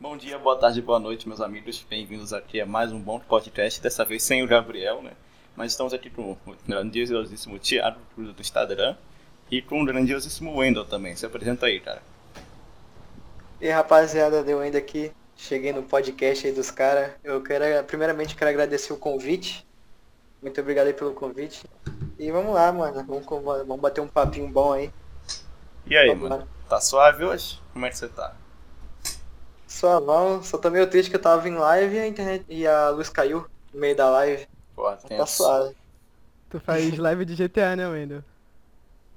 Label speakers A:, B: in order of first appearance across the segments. A: Bom dia, boa tarde, boa noite, meus amigos. Bem-vindos aqui a mais um bom podcast, dessa vez sem o Gabriel, né? Mas estamos aqui com o grandiosíssimo Thiago Cruz do Instagram e com o grandiosíssimo Wendel também. Se apresenta aí, cara.
B: E rapaziada, deu ainda aqui. Cheguei no podcast aí dos caras. Eu quero, primeiramente, quero agradecer o convite. Muito obrigado aí pelo convite. E vamos lá, mano. Vamos, com- vamos bater um papinho bom aí.
A: E aí,
B: Vamos lá.
A: mano? Tá suave hoje? Como é que você tá?
B: Só não, só tô meio triste que eu tava em live e a internet e a luz caiu no meio da live.
A: Porra,
B: Mas
A: tem
B: Tá suave.
C: Tu faz live de GTA, né, Wendel?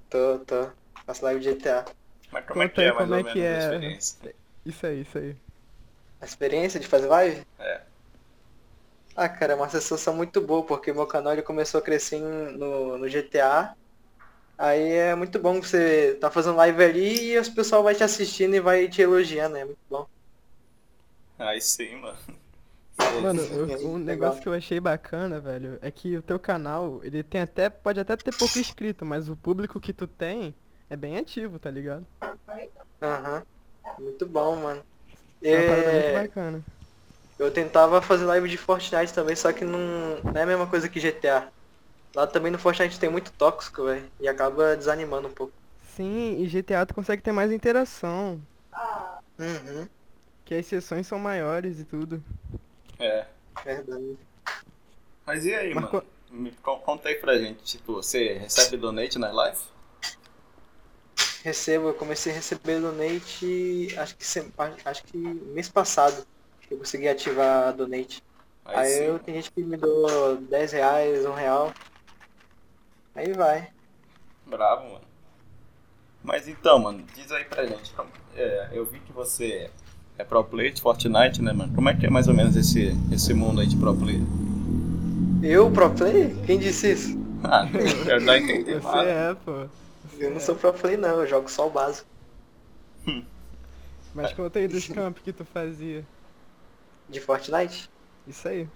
B: Tô, tô. Faço live de GTA.
A: Mas como é que
C: Conta aí
A: é, mais
C: como
A: ou
C: é
A: menos,
C: que
A: a
C: é.
A: experiência?
C: Isso aí, isso aí.
B: A experiência de fazer live?
A: É.
B: Ah, cara, é uma sensação muito boa, porque meu canal ele começou a crescer em- no, no GTA. Aí é muito bom que você tá fazendo live ali e os pessoal vai te assistindo e vai te elogiando, é muito bom.
A: Aí sim, mano.
C: Mano,
B: Sim,
C: eu-
B: sim,
C: um
B: legal.
C: negócio que eu achei bacana, velho, é que o teu canal, ele tem até. Pode até ter pouco inscrito, mas o público que tu tem é bem ativo, tá ligado?
B: Aham. Muito bom, mano.
C: É uma parada
B: É,
C: muito bacana.
B: Eu tentava fazer live de Fortnite também, só que não, não é a mesma coisa que GTA. Lá também no Fortnite tem muito tóxico, velho. E acaba desanimando um pouco.
C: Sim, e GTA tu consegue ter mais interação.
B: Uhum,
C: Que as sessões são maiores e tudo.
A: É.
B: verdade.
A: Mas e aí,
C: Mas
A: mano? Me con- conta aí pra gente, tipo, você recebe donate nas lives?
B: Recebo, eu comecei a receber donate acho que sem- acho que mês passado que eu consegui ativar a donate. Aí,
A: sim,
B: eu tem gente que me deu 10 reais, 1 real. Aí vai.
A: Bravo, mano. Mas então, mano, diz aí pra gente. como- é, eu vi que você é pro player de Fortnite, né, mano? Como é que é mais ou menos esse, esse mundo aí de pro player?
B: Eu, pro play? Quem disse isso?
A: Ah, eu já entendi
C: Você
A: nada.
C: é, pô.
B: Eu não sou pro play não, eu jogo só o básico.
C: Mas conta aí dos campos que tu fazia.
B: De Fortnite?
C: Isso aí.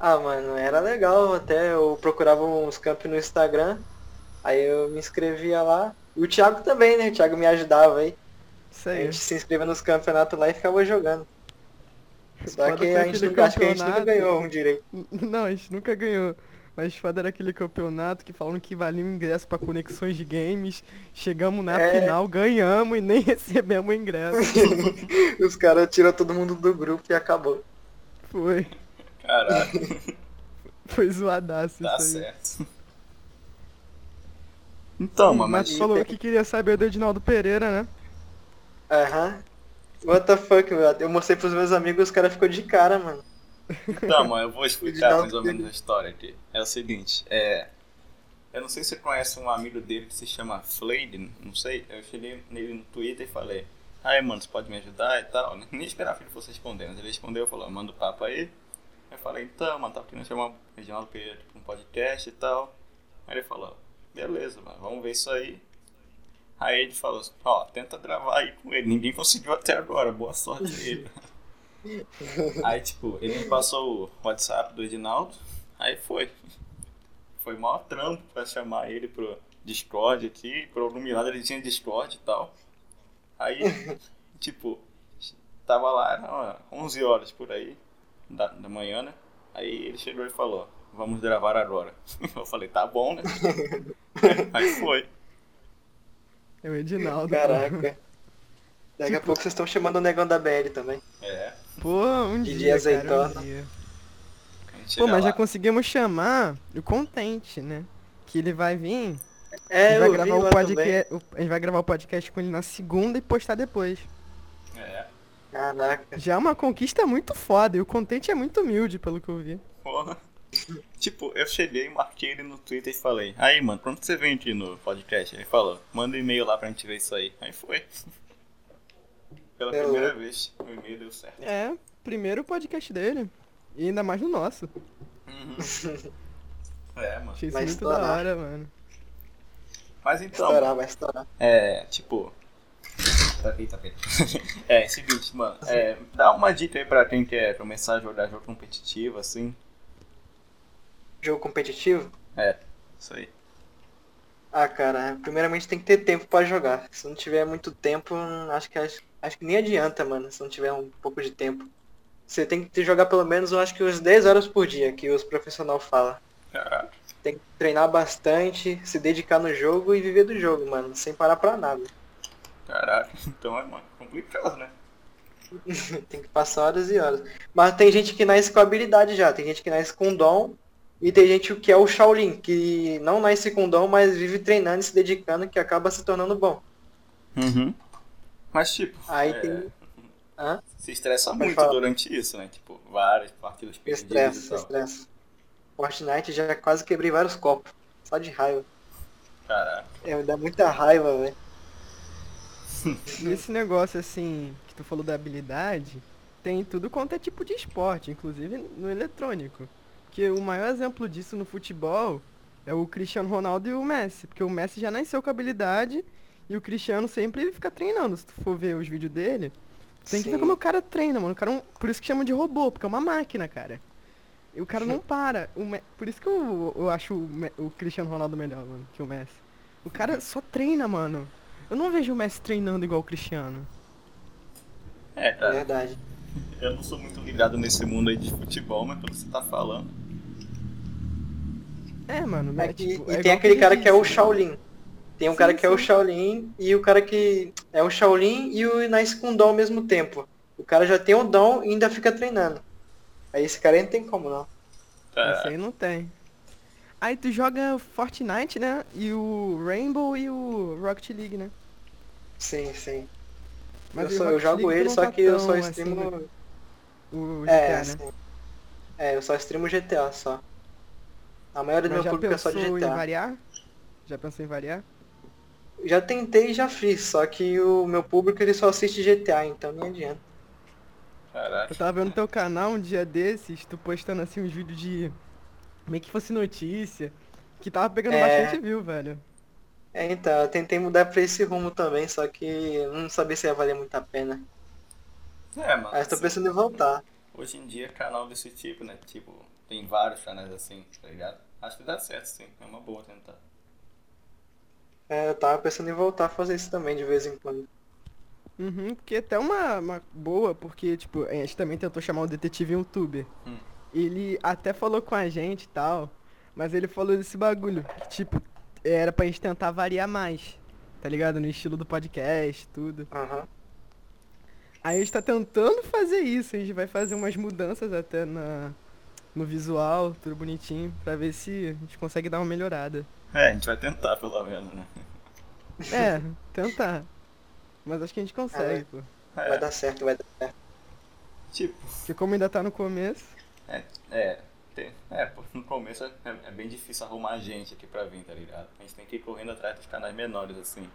B: Ah, mano, era legal. Até eu procurava uns camp no Instagram. Aí eu me inscrevia lá. E o Thiago também, né? O Thiago me ajudava aí.
C: É Isso
B: A
C: aí.
B: gente se inscrevia nos campeonatos lá e ficava jogando. Só
C: Foda
B: que
C: foi
B: a gente
C: aquele
B: nunca, acho que a gente nunca
C: campeonato.
B: ganhou um direito.
C: Não, a gente nunca ganhou. Mas foda era aquele campeonato que falaram que valia o ingresso pra conexões de games. Chegamos na
B: É.
C: final, ganhamos e nem recebemos o ingresso.
B: Os caras tiram todo mundo do grupo e acabou.
C: Foi,
A: Caralho,
C: foi zoadaço
A: tá
C: isso aí.
A: certo. Então, mano,
C: Mas
A: mas.
C: tu falou que queria saber do Edinaldo Pereira, né?
B: Aham. What the fuck, velho? Eu mostrei pros meus amigos os caras ficou de cara, mano.
A: Então, mano, eu vou explicar
B: Não.
A: mais ou menos a história aqui. É o seguinte, é. Eu não sei se você conhece um amigo dele que se chama Flayden, não sei. Eu cheguei nele no Twitter e falei, ai mano, você pode me ajudar e tal. Nem esperava que ele fosse responder, mas ele respondeu, falou, manda o papo aí. Eu falei, então, mano, tava querendo chamar o Reginaldo Pereira pra um podcast e tal. Aí ele falou, beleza, mano, vamos ver isso aí. Aí ele falou, assim, ó, tenta gravar aí com ele. Ninguém conseguiu até agora, boa sorte aí. Aí, tipo, ele me passou o WhatsApp do Edinaldo, aí foi. Foi o maior trampo pra chamar ele pro Discord aqui, por algum milagre ele tinha Discord e tal. Aí, tipo, tava lá, era 11 horas por aí, da, da manhã, né? Aí ele chegou e falou, vamos gravar agora. Eu falei, tá bom, né? Aí foi.
C: É o Edinaldo.
B: Caraca. Daqui
C: Tipo,
B: a pouco vocês estão chamando o negão da BL também.
A: É,
C: Pô, um
B: DJ
C: dia, cara,
B: azeitona.
C: um dia.
A: a gente
C: Pô,
A: chega
C: mas
A: lá.
C: já conseguimos chamar o Contente, né? Que ele vai vir, a
B: É,
C: gente
B: eu
C: vai
B: vi
C: gravar o
B: lá também.
C: podcast, o- a gente vai gravar o podcast com ele na segunda e postar depois.
A: É,
B: Caraca.
C: Já é uma conquista muito foda e o Contente é muito humilde, pelo que eu vi.
A: Porra. Tipo, eu cheguei, marquei ele no Twitter e falei, aí mano, quando você vem aqui no podcast? Ele falou, manda um e-mail lá pra gente ver isso aí. Aí foi. Pela
B: Pelo-
A: primeira vez, o e-mail deu certo.
C: É, primeiro podcast dele. E ainda mais no nosso.
A: Uhum. É, mano.
C: Achei isso
B: Vai
C: muito
B: estourar.
C: da hora, mano.
A: Mas
B: Vai
A: então,
B: estourar, vai estourar.
A: É, tipo. Tá bem, tá bem. é, seguinte, mano. É, dá uma dica aí pra quem quer começar a jogar jogo competitivo, assim.
B: Jogo competitivo?
A: Isso aí.
B: Ah, cara, primeiramente tem que ter tempo pra jogar. Se não tiver muito tempo, hum, acho que acho, acho que nem adianta, mano, se não tiver um pouco de tempo. Você tem que te jogar pelo menos, eu acho que uns 10 horas por dia, que os profissionais falam.
A: Caraca.
B: Tem que treinar bastante, se dedicar no jogo e viver do jogo, mano, sem parar pra nada.
A: Caraca, então é mano, complicado, né?
B: Tem que passar horas e horas. Mas tem gente que nasce com habilidade já, tem gente que nasce com dom. E tem gente que é o Shaolin, que não nasce com dom, mas vive treinando e se dedicando, que acaba se tornando bom.
A: Uhum. Mas tipo,
B: Aí
A: é,
B: tem. Hã?
A: se estressa
B: Pode
A: muito
B: falar.
A: durante isso, né? Tipo, várias partidas perdidas
B: Estresse,
A: e tal.
B: estresse. Fortnite já quase quebrei vários copos. Só de raiva.
A: Caraca.
B: É, me dá muita raiva, velho.
C: E esse negócio assim, que tu falou da habilidade, tem em tudo quanto é tipo de esporte, inclusive no eletrônico. Que o maior exemplo disso no futebol é o Cristiano Ronaldo e o Messi, porque o Messi já nasceu com habilidade e o Cristiano sempre fica treinando. Se tu for ver os vídeos dele, tem que ver
B: Sim.
C: como o cara treina, mano. O cara é um- por isso que chama de robô, porque é uma máquina, cara. E o cara não para. O Me- Por isso que eu, eu acho o, Me- o Cristiano Ronaldo melhor, mano, que o Messi. O cara só treina, mano. Eu não vejo o Messi treinando igual o Cristiano.
A: É,
B: É
A: cara,
B: verdade.
A: eu não sou muito ligado nesse mundo aí de futebol, mas pelo que você tá falando.
C: É, mano.
B: É
C: é,
B: que-
C: tipo, é
B: e tem
C: igual
B: aquele
C: tu
B: cara que é o
C: disse.
B: Shaolin. Tem um cara
C: Sim,
B: que é o
C: sim.
B: Shaolin e o cara que é o Shaolin e o nasce com dom ao mesmo tempo. O cara já tem o dom e ainda fica treinando. Aí esse cara aí não tem como não.
C: Esse
A: Caraca.
C: aí não tem. Aí tu joga Fortnite, né? E o Rainbow e o Rocket League, né?
B: Sim, sim. eu,
C: Mas o
B: só- eu
C: Rocket
B: jogo
C: League tu
B: ele,
C: não
B: só
C: tá
B: que eu
C: tão,
B: só
C: assim,
B: streamo.
C: o GTA,
B: é,
C: né?
B: assim. É, eu só streamo GTA só. A maioria do meu
C: Mas já
B: público é só de
C: pensou em
B: GTA.
C: variar? Já pensou em variar?
B: Já tentei e já fiz, só que o meu público ele só assiste GTA, então não adianta.
A: Caraca.
C: Eu tava vendo teu canal um dia desses, tu postando assim uns vídeos de... Meio que fosse notícia. Que tava pegando
B: É.
C: bastante view, velho.
B: É, então, eu tentei mudar pra esse rumo também, só que eu não sabia se ia valer muito a pena.
A: É, mano.
B: Mas tô
A: assim,
B: pensando em voltar.
A: Hoje em dia, canal desse tipo, né? Tipo, tem vários canais assim, tá ligado? Acho que dá certo, sim. É uma boa tentar.
B: É, eu tava pensando em voltar a fazer isso também de vez em quando.
C: Uhum, porque até uma, uma boa, porque, tipo, a gente também tentou chamar o detetive youtuber.
A: Hum.
C: Ele até falou com a gente e tal, mas ele falou desse bagulho, que, tipo, era pra gente tentar variar mais, tá ligado? No estilo do podcast, tudo.
B: Aham.
C: Aí a gente tá tentando fazer isso, a gente vai fazer umas mudanças até na, no visual, tudo bonitinho, pra ver se a gente consegue dar uma melhorada.
A: É, a gente vai tentar pelo menos, né?
C: É, tentar. Mas acho que a gente consegue, pô.
A: É,
B: Vai dar certo, vai dar certo.
A: tipo,
C: Porque como ainda tá no começo...
A: é. Tem, é, pô, no começo é, é bem difícil arrumar gente aqui pra vir, tá ligado? A gente tem que ir correndo atrás dos canais menores, assim.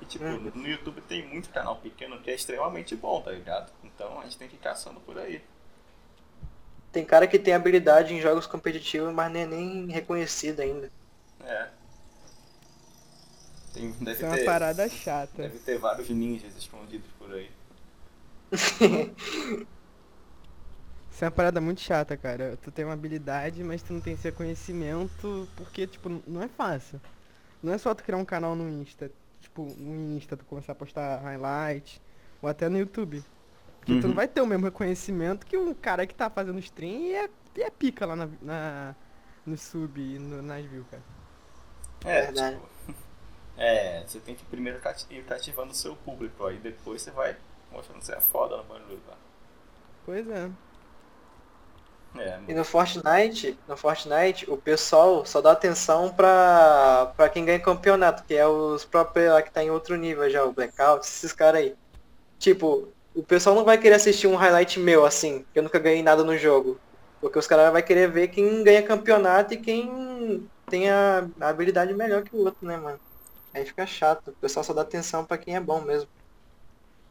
A: E tipo,
C: É.
B: Uhum.
A: no YouTube tem muito canal pequeno que é extremamente bom, tá ligado? Então a gente tem que ir caçando por aí.
B: Tem cara que tem habilidade em jogos competitivos, mas nem, nem reconhecido ainda.
A: É. Tem, deve
C: Isso é uma
A: ter-
C: parada chata.
A: Deve ter vários ninjas escondidos por aí.
C: Isso é uma parada muito chata, cara. Tu tem uma habilidade, mas tu não tem esse conhecimento, porque, tipo, n- não é fácil. Não é só tu criar um canal no Insta. Tipo, no Insta, tu começar a postar highlight, ou até no YouTube. Porque tu
A: Uhum.
C: não vai ter o mesmo reconhecimento que um cara que tá fazendo stream e é, e é pica lá na, na- no sub e no, nas views, cara.
A: É,
B: Verdade.
A: tipo, é, você tem que primeiro cati- ir cativando o seu público, aí depois você vai mostrando que você é foda no bagulho. lá.
C: Pois é.
A: É,
B: E
A: mano.
B: no Fortnite, no Fortnite, o pessoal só dá atenção pra, pra quem ganha campeonato, que é os próprios lá que tá em outro nível já, o Blackout, esses caras aí. Tipo, o pessoal não vai querer assistir um highlight meu assim, que eu nunca ganhei nada no jogo. Porque os caras vão querer ver quem ganha campeonato e quem tem a, a habilidade melhor que o outro, né, mano? Aí fica chato, o pessoal só dá atenção pra quem é bom mesmo.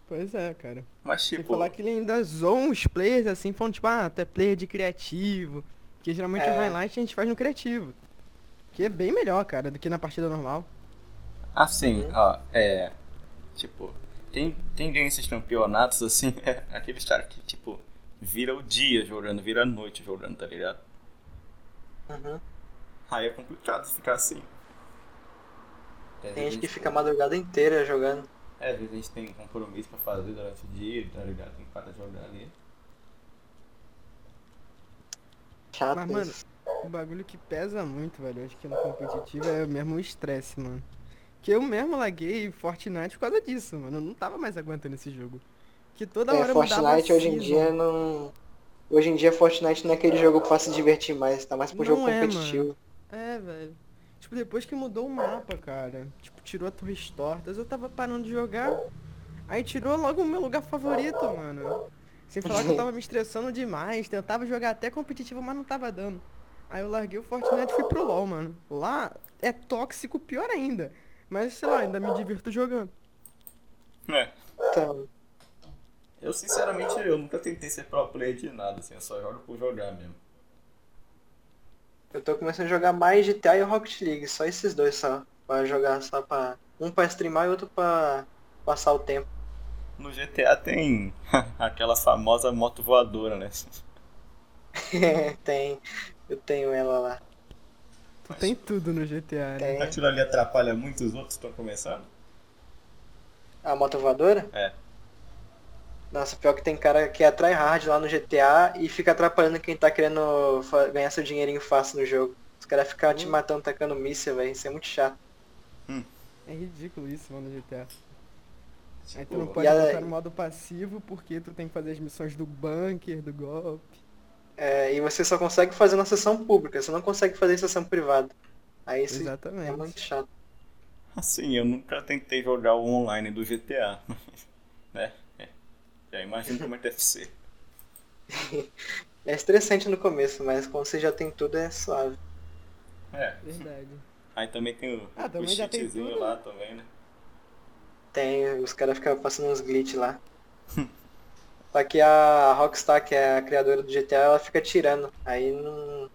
C: Pois é, cara.
A: mas
C: Sem
A: tipo,
C: falar que ele ainda zoa uns players assim, falando tipo, ah, tu é player de criativo. Porque geralmente
B: É.
C: o highlight a gente faz no criativo. Que é bem melhor, cara, do que na partida normal.
A: assim,
B: Uhum.
A: ó, é, tipo, quem, quem ganha esses campeonatos, assim, é aqueles caras que, tipo, vira o dia jogando, vira a noite jogando, tá ligado?
B: Uhum.
A: Aí é complicado ficar assim. Às
B: Tem
A: vezes
B: gente
A: a
B: que fica a madrugada inteira jogando.
A: É, às vezes a gente tem compromisso pra fazer durante o dia, tá ligado? Tem que parar de jogar ali.
B: Chato
C: Mas, mano,
B: isso.
C: O bagulho que pesa muito, velho, acho que no competitivo é mesmo o estresse, mano. Que eu mesmo laguei Fortnite por causa disso, mano. Eu não tava mais aguentando esse jogo. Que toda hora
B: é,
C: eu mudava a
B: Fortnite hoje em
C: season.
B: dia não. Hoje em dia Fortnite não é aquele jogo que faz se divertir mais, tá mais pro
C: Não
B: jogo
C: é, mano.
B: competitivo.
C: É, velho. Tipo, depois que mudou o mapa, cara. Tipo, tirou torres tortas, eu tava parando de jogar. Aí tirou logo o meu lugar favorito, mano. Sem falar que eu tava me estressando demais, tentava jogar até competitivo, mas não tava dando. Aí eu larguei o Fortnite e fui pro LoL, mano. Lá é tóxico pior ainda. Mas sei lá, ainda me divirto jogando.
A: É.
B: Então,
A: Eu, sinceramente, eu nunca tentei ser pro player de nada, assim. Eu só jogo por jogar mesmo.
B: eu tô começando a jogar mais GTA e Rocket League, só esses dois só. Pra jogar só pra. Um pra streamar e outro pra passar o tempo.
A: No GTA tem aquela famosa moto voadora, né?
B: Tem. Eu tenho ela lá.
C: Tu tem tudo no GTA, né?
B: Tem.
A: Aquilo ali atrapalha muito os outros que estão começando?
B: A moto voadora?
A: É.
B: Nossa, pior que tem cara que é tryhard lá no GTA e fica atrapalhando quem tá querendo fa- ganhar seu dinheirinho fácil no jogo. Os caras ficam
C: Hum.
B: te matando, tacando míssil, velho. Isso é muito chato.
C: É ridículo isso, mano, no GTA. Aí tu
A: Tipo,
C: não pode
B: e a-
C: botar no modo passivo porque tu tem que fazer as missões do bunker, do golpe.
B: É, e você só consegue fazer na sessão pública, você não consegue fazer em sessão privada. Aí isso é
C: Exatamente.
B: muito chato.
A: Assim, eu nunca tentei jogar o online do GTA, né? É. Já imagino como é que deve ser.
B: É estressante no começo, mas quando você já tem tudo é suave.
A: É.
C: Verdade.
A: Aí também tem o,
C: Ah, também
A: o
C: já tem
A: cheatzinho
C: tudo,
A: lá também, né?
B: Tem, os caras ficam passando uns glitch lá. Só que a Rockstar, que é a criadora do GTA, ela fica tirando. Aí não.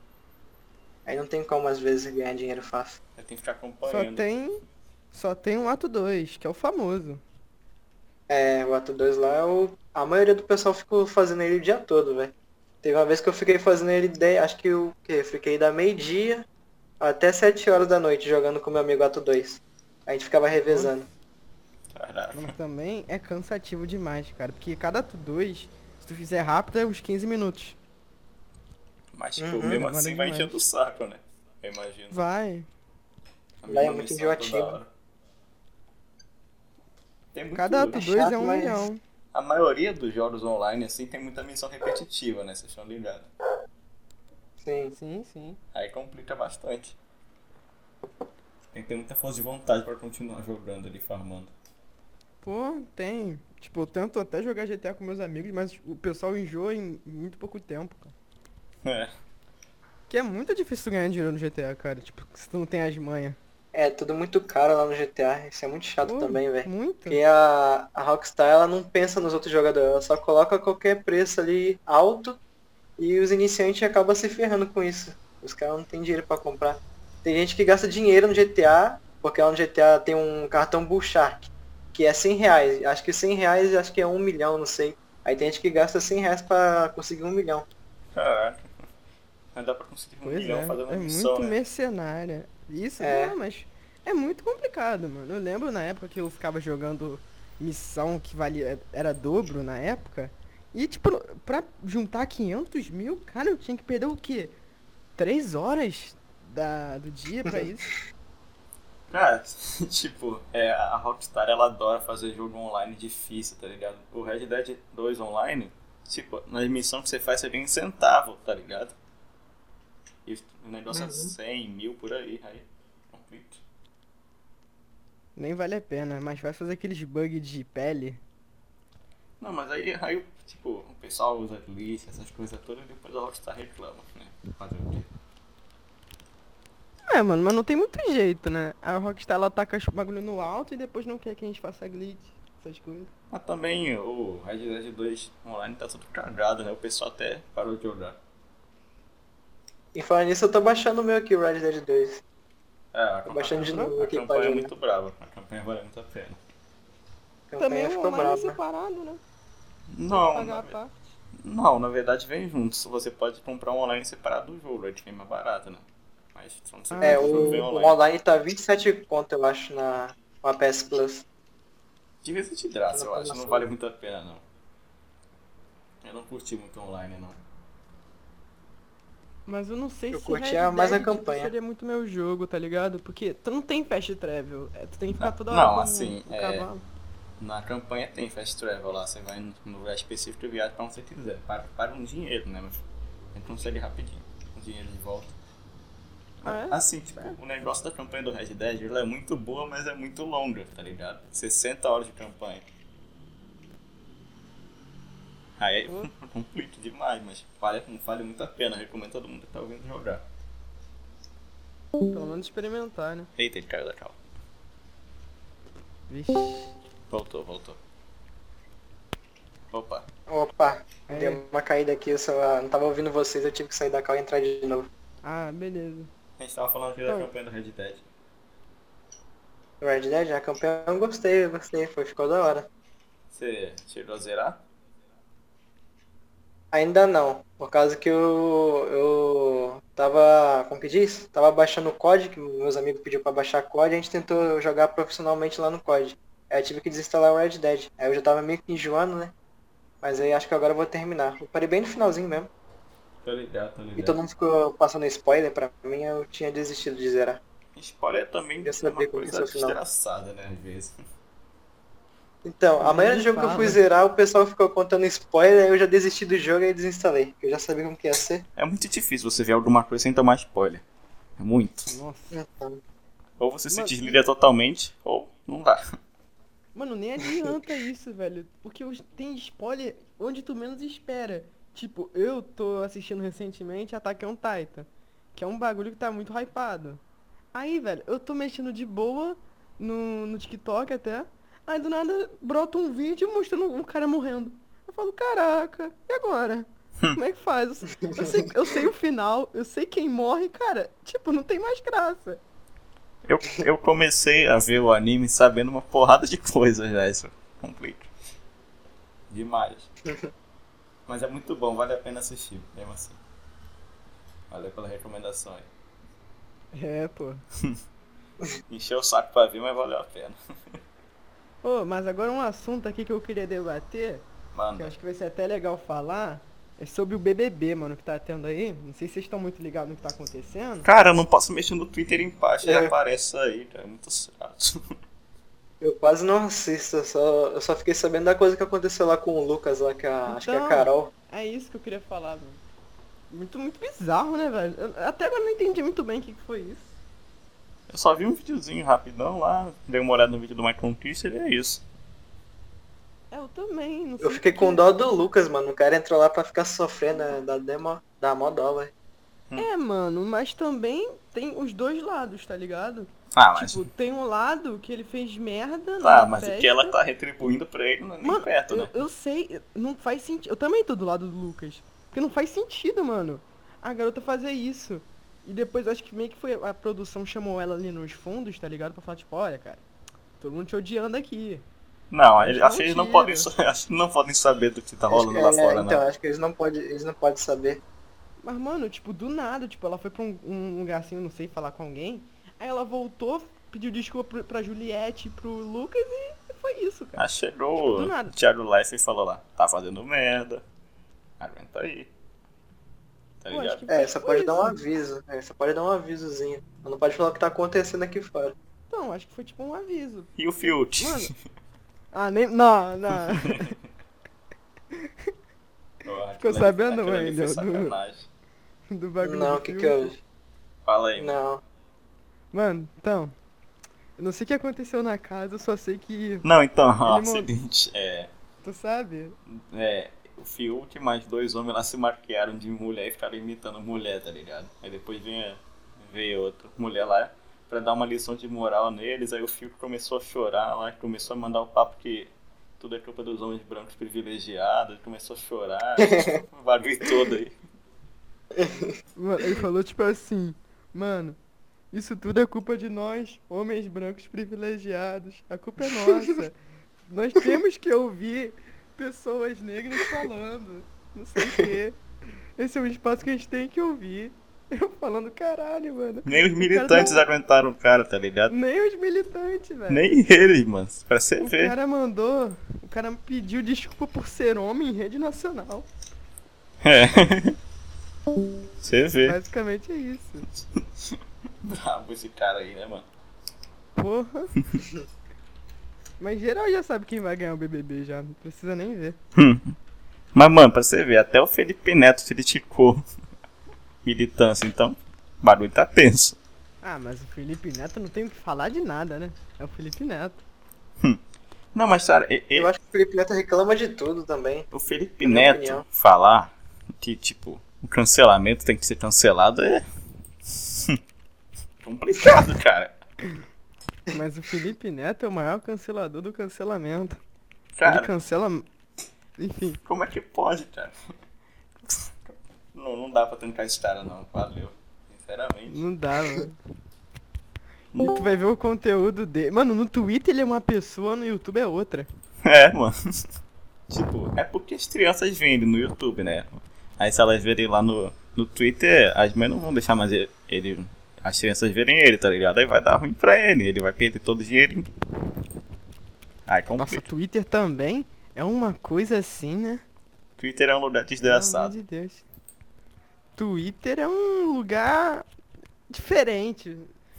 B: Aí não tem como às vezes ganhar dinheiro fácil.
A: Já tem que ficar
C: Só
B: né?
A: acompanhando.
C: tem. Só tem o ato 2, que é o famoso.
B: É, o ato 2 lá, eu... a maioria do pessoal ficou fazendo ele o dia todo, velho. Teve uma vez que eu fiquei fazendo ele, de... acho que eu que fiquei da meio-dia até 7 horas da noite jogando com meu amigo ato 2. A gente ficava revezando.
A: Caraca.
C: Mas também é cansativo demais, cara. Porque cada ato 2, se tu fizer rápido, é uns 15 minutos.
A: Mas, tipo,
B: Uhum,
A: mesmo
C: demora
A: assim vai
C: é demais.
A: enchendo o saco, né? Eu imagino.
C: Vai.
A: A
B: Lá é
A: mesma
B: muito
A: missão toda
B: enjoativo.
A: hora. Tem muito...
C: Cada ato
B: é
C: 2 é
B: chato,
C: um
B: mas-
C: milhão.
A: A maioria dos jogos online, assim, tem muita missão repetitiva, né? Vocês estão ligados.
B: Sim.
C: Sim, sim.
A: Aí complica bastante. Tem que ter muita força de vontade pra continuar jogando ali, farmando.
C: Pô, tem. Tipo, eu tento até jogar GTA com meus amigos, mas o pessoal enjoa em muito pouco tempo, cara.
A: É.
C: Que é muito difícil ganhar dinheiro no GTA, cara. Tipo, se tu não tem as manhas.
B: É, tudo muito caro lá no GTA. Isso é muito chato
C: Pô,
B: também, velho.
C: Muito.
B: Porque a, a Rockstar ela não pensa nos outros jogadores, ela só coloca qualquer preço ali alto e os iniciantes acabam se ferrando com isso. Os caras não têm dinheiro pra comprar. Tem gente que gasta dinheiro no GTA, porque lá no GTA tem um cartão Bull Shark, que é 100 reais. Acho que 100 reais acho que é um milhão, não sei. Aí tem gente que gasta 100 reais pra conseguir um milhão.
A: Caraca. Mas dá pra conseguir um
C: Pois
A: milhão
C: é,
A: fazendo
C: é
A: uma missão,
C: muito
A: né?
C: mercenária. Isso,
B: É.
C: não, mas é muito complicado, mano. Eu lembro na época que eu ficava jogando missão que valia, era dobro na época. E, tipo, pra juntar 500 mil, cara, eu tinha que perder o quê? Três horas da, do dia pra isso?
A: Cara, tipo, é, a Rockstar ela adora fazer jogo online difícil, tá ligado? O Red Dead 2 online, tipo, nas missões que você faz você ganha um centavo, tá ligado? E o negócio é
C: Uhum.
A: 100 mil por aí, aí complica.
C: Nem vale a pena, mas vai fazer aqueles bug de pele.
A: Não, mas aí, aí tipo, o pessoal usa glitch, essas coisas todas, e depois a Rockstar reclama, né? Fazer o quê?
C: É, mano, mas não tem muito jeito, né? A Rockstar ela taca os bagulho no alto e depois não quer que a gente faça glitch, essas coisas.
A: Mas também o Red Dead 2 online tá tudo cagado, né? O pessoal até parou de jogar.
B: E falando nisso, eu tô baixando o meu aqui, o Red Dead 2.
A: É, a,
B: Tô baixando de
A: a-
B: novo
A: a
B: aqui pra
A: campanha é
B: jogar.
A: muito brava, a campanha vale muito a pena.
B: Então,
C: Também
B: aí
C: o
B: ficou
C: online é
B: bravo, né?
C: separado, né?
A: Não,
C: Pagar
A: na,
C: a parte.
A: É não, na verdade vem junto. Você pode comprar um online separado do jogo, aí fica mais barato, né? Mas só não
C: Ah,
A: como
B: É,
A: eu
B: o,
A: vou ver
B: o online tá 27 conto, eu acho, na, na PS Plus.
A: De vez em de graça, eu
B: Tá na
A: acho. Não
B: promoção.
A: vale muito a pena, não. Eu não curti muito online, não.
C: Mas eu não sei
B: Eu
C: se
B: curti
C: Red
B: a- mais a
C: Dead, tipo,
B: campanha.
C: seria muito meu jogo, tá ligado? Porque tu não tem fast travel, é, tu tem que ficar
A: Não,
C: toda hora
A: não,
C: com
A: assim,
C: o
A: é,
C: cavalo.
A: Na campanha tem fast travel lá, você vai no no lugar específico e viaja pra onde você quiser. Para, para um dinheiro, né? Mas a gente consegue rapidinho. Um dinheiro de volta.
C: Ah, é?
A: Assim, tipo, o negócio da campanha do Red Dead ela é muito boa, mas é muito longa, tá ligado? 60 horas de campanha. Aí é conflito demais, mas vale, vale muito a pena. Recomendo todo mundo que tá ouvindo jogar.
C: Pelo menos experimentar, né?
A: Eita, ele caiu da cal.
C: Vixe.
A: Voltou, voltou. Opa.
B: Opa,
C: É.
B: deu uma caída aqui, eu só não tava ouvindo vocês, eu tive que sair da call e entrar de novo.
C: Ah, beleza.
A: A gente tava falando
B: Ah.
A: aqui da campanha do Red Dead.
B: O Red Dead, a campanha eu gostei, eu gostei, foi, ficou da hora.
A: Você chegou a zerar?
B: Ainda não, por causa que eu, eu tava, como que diz? Tava baixando o COD, que meus amigos pediu pra baixar COD, a gente tentou jogar profissionalmente lá no COD. Aí eu tive que desinstalar o Red Dead, aí eu já tava meio que enjoando, né? Mas aí acho que agora eu vou terminar. Eu parei bem no finalzinho mesmo.
A: Tô ligado, tô
B: E todo mundo ficou passando spoiler pra mim, eu tinha desistido de zerar.
A: Spoiler também
B: Eu
A: é
B: sabia
A: uma
B: como
A: coisa
B: ia ser o final.
A: desgraçada, né, às vezes.
B: Então, a
C: Nem
B: maioria do jogo que eu
C: fala.
B: fui zerar, o pessoal ficou contando spoiler, aí eu já desisti do jogo e desinstalei. Eu já sabia como que ia ser.
A: É muito difícil você ver alguma coisa sem tomar spoiler. É muito.
C: Nossa.
B: Então,
A: Ou você se
C: Mas-
A: desliga totalmente, ou não dá.
C: Mano, nem adianta isso, velho. Porque os- tem spoiler onde tu menos espera. Tipo, eu tô assistindo recentemente Ataque on Titan. Que é um bagulho que tá muito hypado. Aí, velho, eu tô mexendo de boa no, no TikTok até. Aí do nada brota um vídeo mostrando um cara morrendo. Eu falo, caraca, e agora? Como é que faz? Eu sei- Eu sei, eu sei o final, eu sei quem morre, cara. Tipo, não tem mais graça.
A: Eu, eu comecei a ver o anime sabendo uma porrada de coisas já, isso é complica. Demais. Mas é muito bom, vale a pena assistir, mesmo assim. Valeu pela recomendação aí.
C: É, pô.
A: Encheu o saco pra ver, mas valeu a pena.
C: Ô, mas agora um assunto aqui que eu queria debater. que eu
A: Mano,
C: acho que vai ser até legal falar, é sobre o BBB, mano, que tá tendo aí. Não sei se vocês estão muito ligados no que tá acontecendo.
A: cara, eu não posso mexer no Twitter em paz, já
B: É.
A: aparece isso aí, cara. É muito chato.
B: eu quase não assisto, eu só, eu só fiquei sabendo da coisa que aconteceu lá com o Lucas, lá que a, acho que a
C: Então.
B: Carol.
C: É isso que eu queria falar, mano. Muito, muito bizarro, né, velho? Eu- até agora eu não entendi muito bem o que, que foi isso.
A: Eu só vi um videozinho rapidão lá, dei uma olhada no vídeo do My Conquista e é isso.
C: É, eu também, não sei.
B: Eu fiquei
C: o
B: com
C: que- é.
B: dó do Lucas, mano. O cara entrou lá pra ficar sofrendo, né? dá, demo, dá mó dó, velho.
C: É, mano, mas também tem os dois lados, tá ligado?
A: Ah, mas.
C: Tipo, tem um lado que ele fez merda
A: tá,
C: na
A: mas o
C: festa.
A: que ela tá retribuindo pra ele não é nem
C: Mano,
A: perto,
C: eu,
A: né?
C: eu sei, não faz sentido. Eu também tô do lado do Lucas. Porque não faz sentido, mano. A garota fazer isso. E depois acho que meio que foi a produção chamou ela ali nos fundos, tá ligado? Pra falar, tipo, olha, cara, todo mundo te odiando aqui.
A: Não,
C: eles
A: ele-
C: não
A: acho que eles não
C: tiram.
A: podem, sa- acho que não podem saber do que tá
B: Acho
A: rolando
B: que-
A: lá
B: é,
A: fora,
B: então,
A: né?
B: acho que eles não podem eles não podem saber.
C: Mas, mano, tipo, do nada, tipo, ela foi pra um, um lugar assim, eu não sei, falar com alguém. Aí ela voltou, pediu desculpa pro- pra Juliette e pro Lucas e foi isso, cara.
A: Ah, chegou
C: Tipo, do
A: o
C: nada.
A: Thiago Life e falou lá, tá fazendo merda, aguenta aí. Tá
C: Pô, acho
A: ligado?
C: que
B: É,
C: foi-
B: só
C: foi
B: pode dar um
C: isso.
B: aviso. É, só pode dar um avisozinho. Mas Não pode falar o que tá acontecendo aqui fora.
C: Então, acho que foi tipo um aviso.
A: E o Filt?
C: Mano. Ah, nem. Não, não. Ficou sabendo,
B: tá
C: mãe,
A: Foi
C: do-
A: sacanagem.
C: Do bagulho.
B: não,
C: do
B: o que que
C: filme.
B: eu...
A: Fala aí, mano.
B: Não.
C: Mano, então. Eu não sei o que aconteceu na casa, eu só sei que.
A: Não, então, ó,
C: Ele mandou-
A: seguinte, é,
C: Tu sabe?
A: é, o Fiuk e mais dois homens lá se marquearam de mulher e ficaram imitando mulher, tá ligado? Aí depois vinha, veio outra mulher lá pra dar uma lição de moral neles, aí o Fiuk começou a chorar lá, começou a mandar o papo que tudo é culpa dos homens brancos privilegiados, começou a chorar, o bagulho todo aí.
C: Mano, ele falou tipo assim, mano, isso tudo é culpa de nós, homens brancos privilegiados. A culpa é nossa. nós temos que ouvir pessoas negras falando. Não sei o quê. Esse é um espaço que a gente tem que ouvir. Eu falando, caralho, mano.
A: Nem os
C: O cara
A: militantes
C: deu-
A: aguentaram o cara, tá ligado?
C: Nem os militantes, velho.
A: Nem eles, mano. Pra você
C: O
A: ver.
C: Um cara mandou, o cara pediu desculpa por ser homem em rede nacional.
A: É. Você vê.
C: Basicamente é isso.
A: Brabo esse cara aí, né, mano?
C: Porra. Mas geral já sabe quem vai ganhar o BBB já, não precisa nem ver.
A: Mas, mano, pra você ver, até o Felipe Neto criticou militância, então o bagulho tá tenso.
C: Ah, mas o Felipe Neto não tem o que falar de nada, né? É o Felipe Neto.
A: Não, mas, cara, e- e-
B: Eu acho que o Felipe Neto reclama de tudo também.
A: o Felipe
B: minha
A: Neto
B: opinião.
A: falar que, tipo, o cancelamento tem que ser cancelado é. complicado, cara.
C: Mas o Felipe Neto é o maior cancelador do cancelamento. Ele
A: Cara,
C: cancela. Enfim,
A: como é que pode, cara? Não, não dá pra tancar esse cara, não. Valeu. Sinceramente.
C: não dá, mano. E tu vai ver o conteúdo dele. Mano, no Twitter ele é uma pessoa, no YouTube é outra.
A: É, mano. Tipo, é porque as crianças vendem no YouTube, né? Aí se elas verem lá no, no Twitter, as mães não vão deixar mais ele, ele- As crianças verem ele, tá ligado? Aí vai dar ruim pra ele, ele vai perder todo o dinheiro. Aí
C: Nossa,
A: complica.
C: Twitter também é uma coisa assim, né?
A: Twitter é um lugar
C: Pelo amor
A: desgraçado.
C: de Deus. Twitter é um lugar diferente.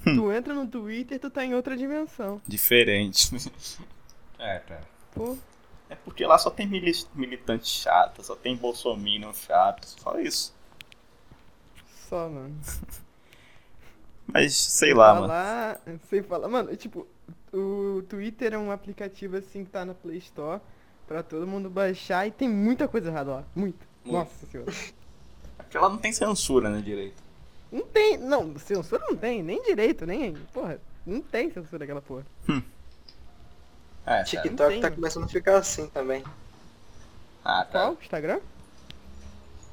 A: Hum.
C: tu entra no Twitter, tu tá em outra dimensão.
A: Diferente. é, cara.
C: Pô,
A: É porque lá só tem mili- militante chato, só tem bolsominion chato, só isso.
C: só, mano.
A: Mas sei lá, mano.
C: falar, Sem falar. Mano, tipo, o Twitter é um aplicativo assim que tá na Play Store pra todo mundo baixar e tem muita coisa errada lá. Muito.
A: Muito.
C: Nossa senhora.
A: Porque lá não tem censura, né, direito.
C: Não tem. Não, censura não tem, nem direito, nem. Porra, não tem censura aquela porra.
A: É, cara.
B: TikTok
C: Ah, tem,
B: tá
C: mano.
B: começando a ficar assim também.
A: Ah, cara.
C: Qual? Instagram?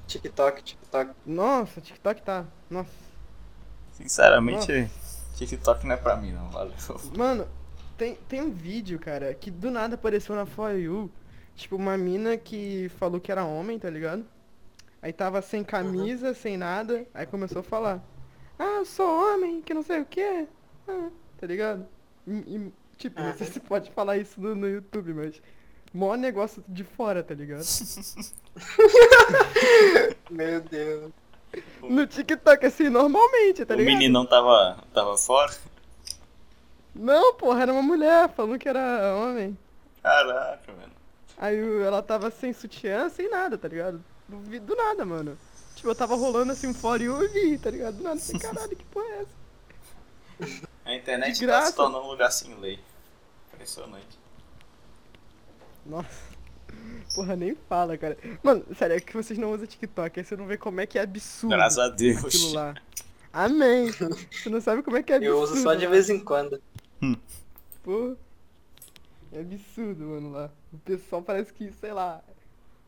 B: TikTok, TikTok.
C: Nossa, TikTok tá. Nossa.
A: Sinceramente, TikTok não é pra mim, não, valeu.
C: Tá Mano, tem, tem um vídeo, cara, que do nada apareceu na For You. Tipo, uma mina que falou que era homem, tá ligado? Aí tava sem camisa, sem nada. Aí começou a falar: Ah, eu sou homem, que não sei o quê. Ah, tá ligado? E- e, tipo, não sei se pode falar isso no, no YouTube, mas. Mó negócio de fora, tá ligado?
B: Meu Deus.
C: No TikTok, assim, normalmente, tá
A: o
C: ligado?
A: meninão tava, tava fora?
C: Não, porra, era uma mulher falando que era homem.
A: Caraca, mano.
C: Aí o- ela tava sem sutiã, sem nada, tá ligado? Do, vi- do nada, mano. Tipo, eu tava rolando assim um fora e eu vi, tá ligado? Do nada, assim, caralho, que porra é essa?
A: A internet
C: De
A: tá se
C: graça.
A: tornando um lugar sem lei. Impressionante.
C: Nossa. Porra, nem fala, cara. Mano, sério, é que vocês não usam TikTok, aí você não vê como é que é absurdo
A: Graças a Deus.
C: aquilo lá. Amém. Você não sabe como é que é absurdo.
B: Eu uso só de vez em quando.
C: Pô, é absurdo, mano, lá. O pessoal parece que, sei lá,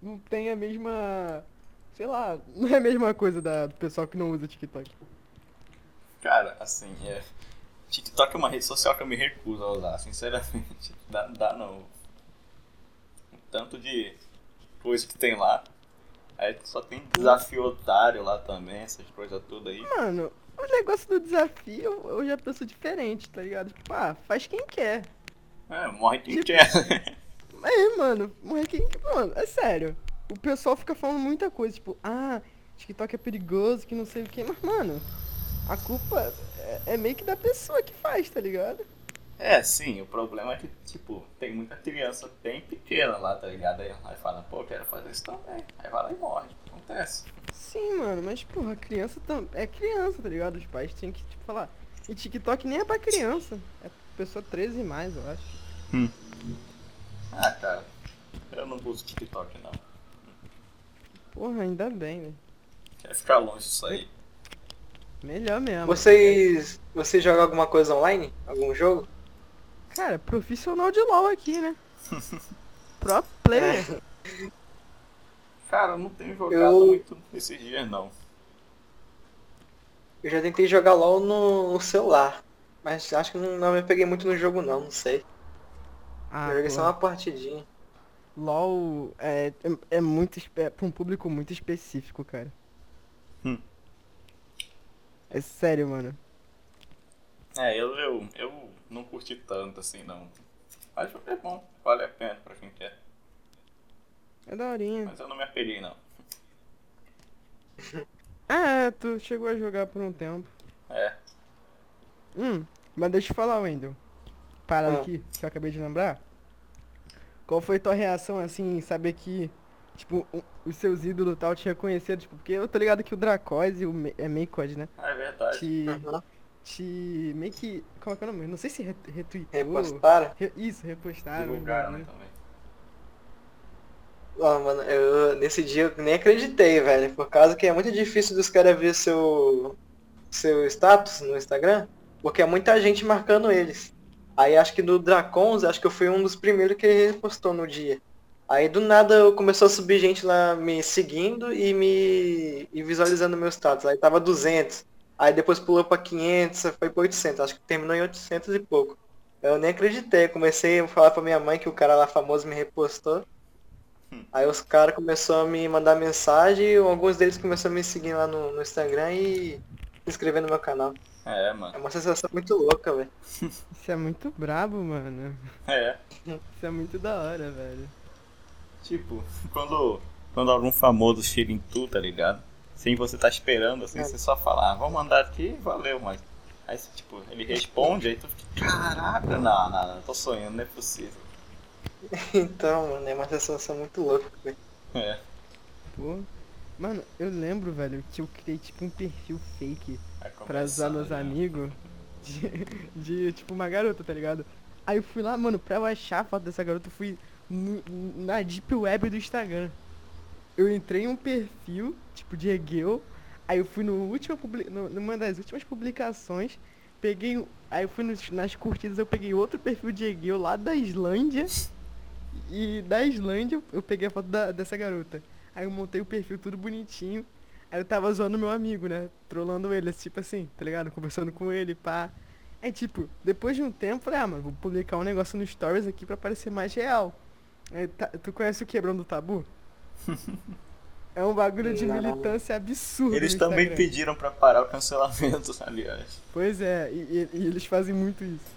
C: não tem a mesma... Sei lá, não é a mesma coisa da, do pessoal que não usa TikTok.
A: Cara, assim, é. TikTok é uma rede social que eu me recuso a usar, sinceramente. Dá, dá não. O tanto de coisa que tem lá. Aí só tem desafio otário lá também, essas coisas tudo aí.
C: Mano, o negócio do desafio, eu já penso diferente, tá ligado? Tipo, ah, faz quem quer.
A: É, morre
C: Tipo,
A: quem quer.
C: Aí, mano, morrer quem quer. Mano, é sério. O pessoal fica falando muita coisa, tipo, ah, TikTok é perigoso, que não sei o que. Mas, mano, a culpa é, é meio que da pessoa que faz, tá ligado?
A: É, sim, o problema é que, tipo, tem muita criança bem pequena lá, tá ligado? Aí, aí fala, pô, eu quero fazer isso também. Aí vai lá e morre. Acontece.
C: Sim, mano, mas, porra, criança tam... é criança, tá ligado? Os pais têm que, tipo, falar. E TikTok nem é pra criança. É pessoa 13 e mais, eu acho.
A: Ah, cara, eu não uso TikTok, não.
C: Porra, ainda bem, velho.
A: Quero ficar longe disso aí.
C: Melhor mesmo.
B: Vocês. Vocês jogam alguma coisa online? Algum jogo?
C: Cara, profissional de LOL aqui, né? Pro player.
B: É.
A: Cara, eu não tenho jogado
B: Eu-
A: muito esses dias, não.
B: Eu já tentei jogar LOL no, no celular. Mas acho que não, não me peguei muito no jogo não, não sei.
C: Ah, Uh.
B: eu joguei só
C: pô,
B: uma partidinha.
C: LOL é,
B: Hum.
C: é, é muito espe- é pra um público muito específico, cara. É sério, mano.
A: É, eu, eu, eu não curti tanto assim, não. Mas é bom, vale a pena pra quem quer.
C: É daorinha.
A: Mas eu não me apeguei, não.
C: Ah, é, tu chegou a jogar por um tempo.
A: É.
C: Hum, mas deixa eu te falar, Wendel. Parada
B: Ah.
C: aqui, que eu acabei de lembrar. Qual foi tua reação, assim, em saber que, tipo, o- os seus ídolos e tal te reconheceram? Tipo, porque eu tô ligado que o Dracois e o Me é Meikod, né?
A: Ah, é verdade.
C: Te,
B: Uhum.
C: te, meio que, como é que é o nome? Não sei se re- retweetou.
B: Repostaram?
C: Re- isso, repostaram.
A: Divulgaram,
C: né?
A: né, também.
B: Ó, mano, eu nesse dia eu nem acreditei, velho. Por causa que é muito difícil dos caras ver seu. seu status no Instagram. Porque é muita gente marcando eles. Aí acho que do Dracons, acho que eu fui um dos primeiros que ele postou no dia. Aí do nada eu- começou a subir gente lá me seguindo e me. e visualizando meu status. Aí tava 200. Aí depois pulou pra 500, foi pra 800. Acho que terminou em 800 e pouco. Eu nem acreditei. Comecei a falar pra minha mãe que o cara lá famoso me repostou. Aí os caras começaram a me mandar mensagem, alguns deles começaram a me seguir lá no, no Instagram e se inscrever no meu canal.
A: É,
B: É
A: mano.
B: uma sensação muito louca, velho.
C: Isso é muito brabo, mano.
A: É.
C: Isso é muito da hora, velho.
A: Tipo, quando, quando algum famoso chega em tu, tá ligado? Sem você tá esperando, assim,
B: É.
A: você só fala, ah, vamos mandar aqui, valeu, mas. Aí, você, tipo, ele responde, aí tu fica, caraca, não, não, não, tô sonhando, não é possível.
B: Então, mano, é uma sensação muito louca, velho.
A: É.
C: Pô. Mano, eu lembro, velho, que eu criei tipo um perfil fake
A: Vai
C: pra
A: começar,
C: usar meus
A: né?
C: amigos de, de, tipo uma garota, tá ligado? Aí eu fui lá, mano, pra eu achar a foto dessa garota, eu fui no- na deep web do Instagram. Eu entrei em um perfil, tipo de Hegel, aí eu fui no último, publi- no- numa das últimas publicações, peguei, um- aí eu fui nos- nas curtidas, eu peguei outro perfil de Hegel lá da Islândia, e da Islândia eu peguei a foto da- dessa garota. Aí eu montei o perfil tudo bonitinho, Aí eu tava zoando meu amigo, né? Trolando ele, tipo assim, tá ligado? Conversando com ele, pá. Aí, tipo, depois de um tempo, eu falei, ah, mano, vou publicar um negócio no Stories aqui pra parecer mais real. Aí, tá- tu conhece o Quebrando o Tabu? é um bagulho de
B: Não.
C: militância absurdo.
A: Eles
C: no
A: também
C: Instagram.
A: pediram pra parar o cancelamento, aliás.
C: Pois é, e, e- e eles fazem muito isso.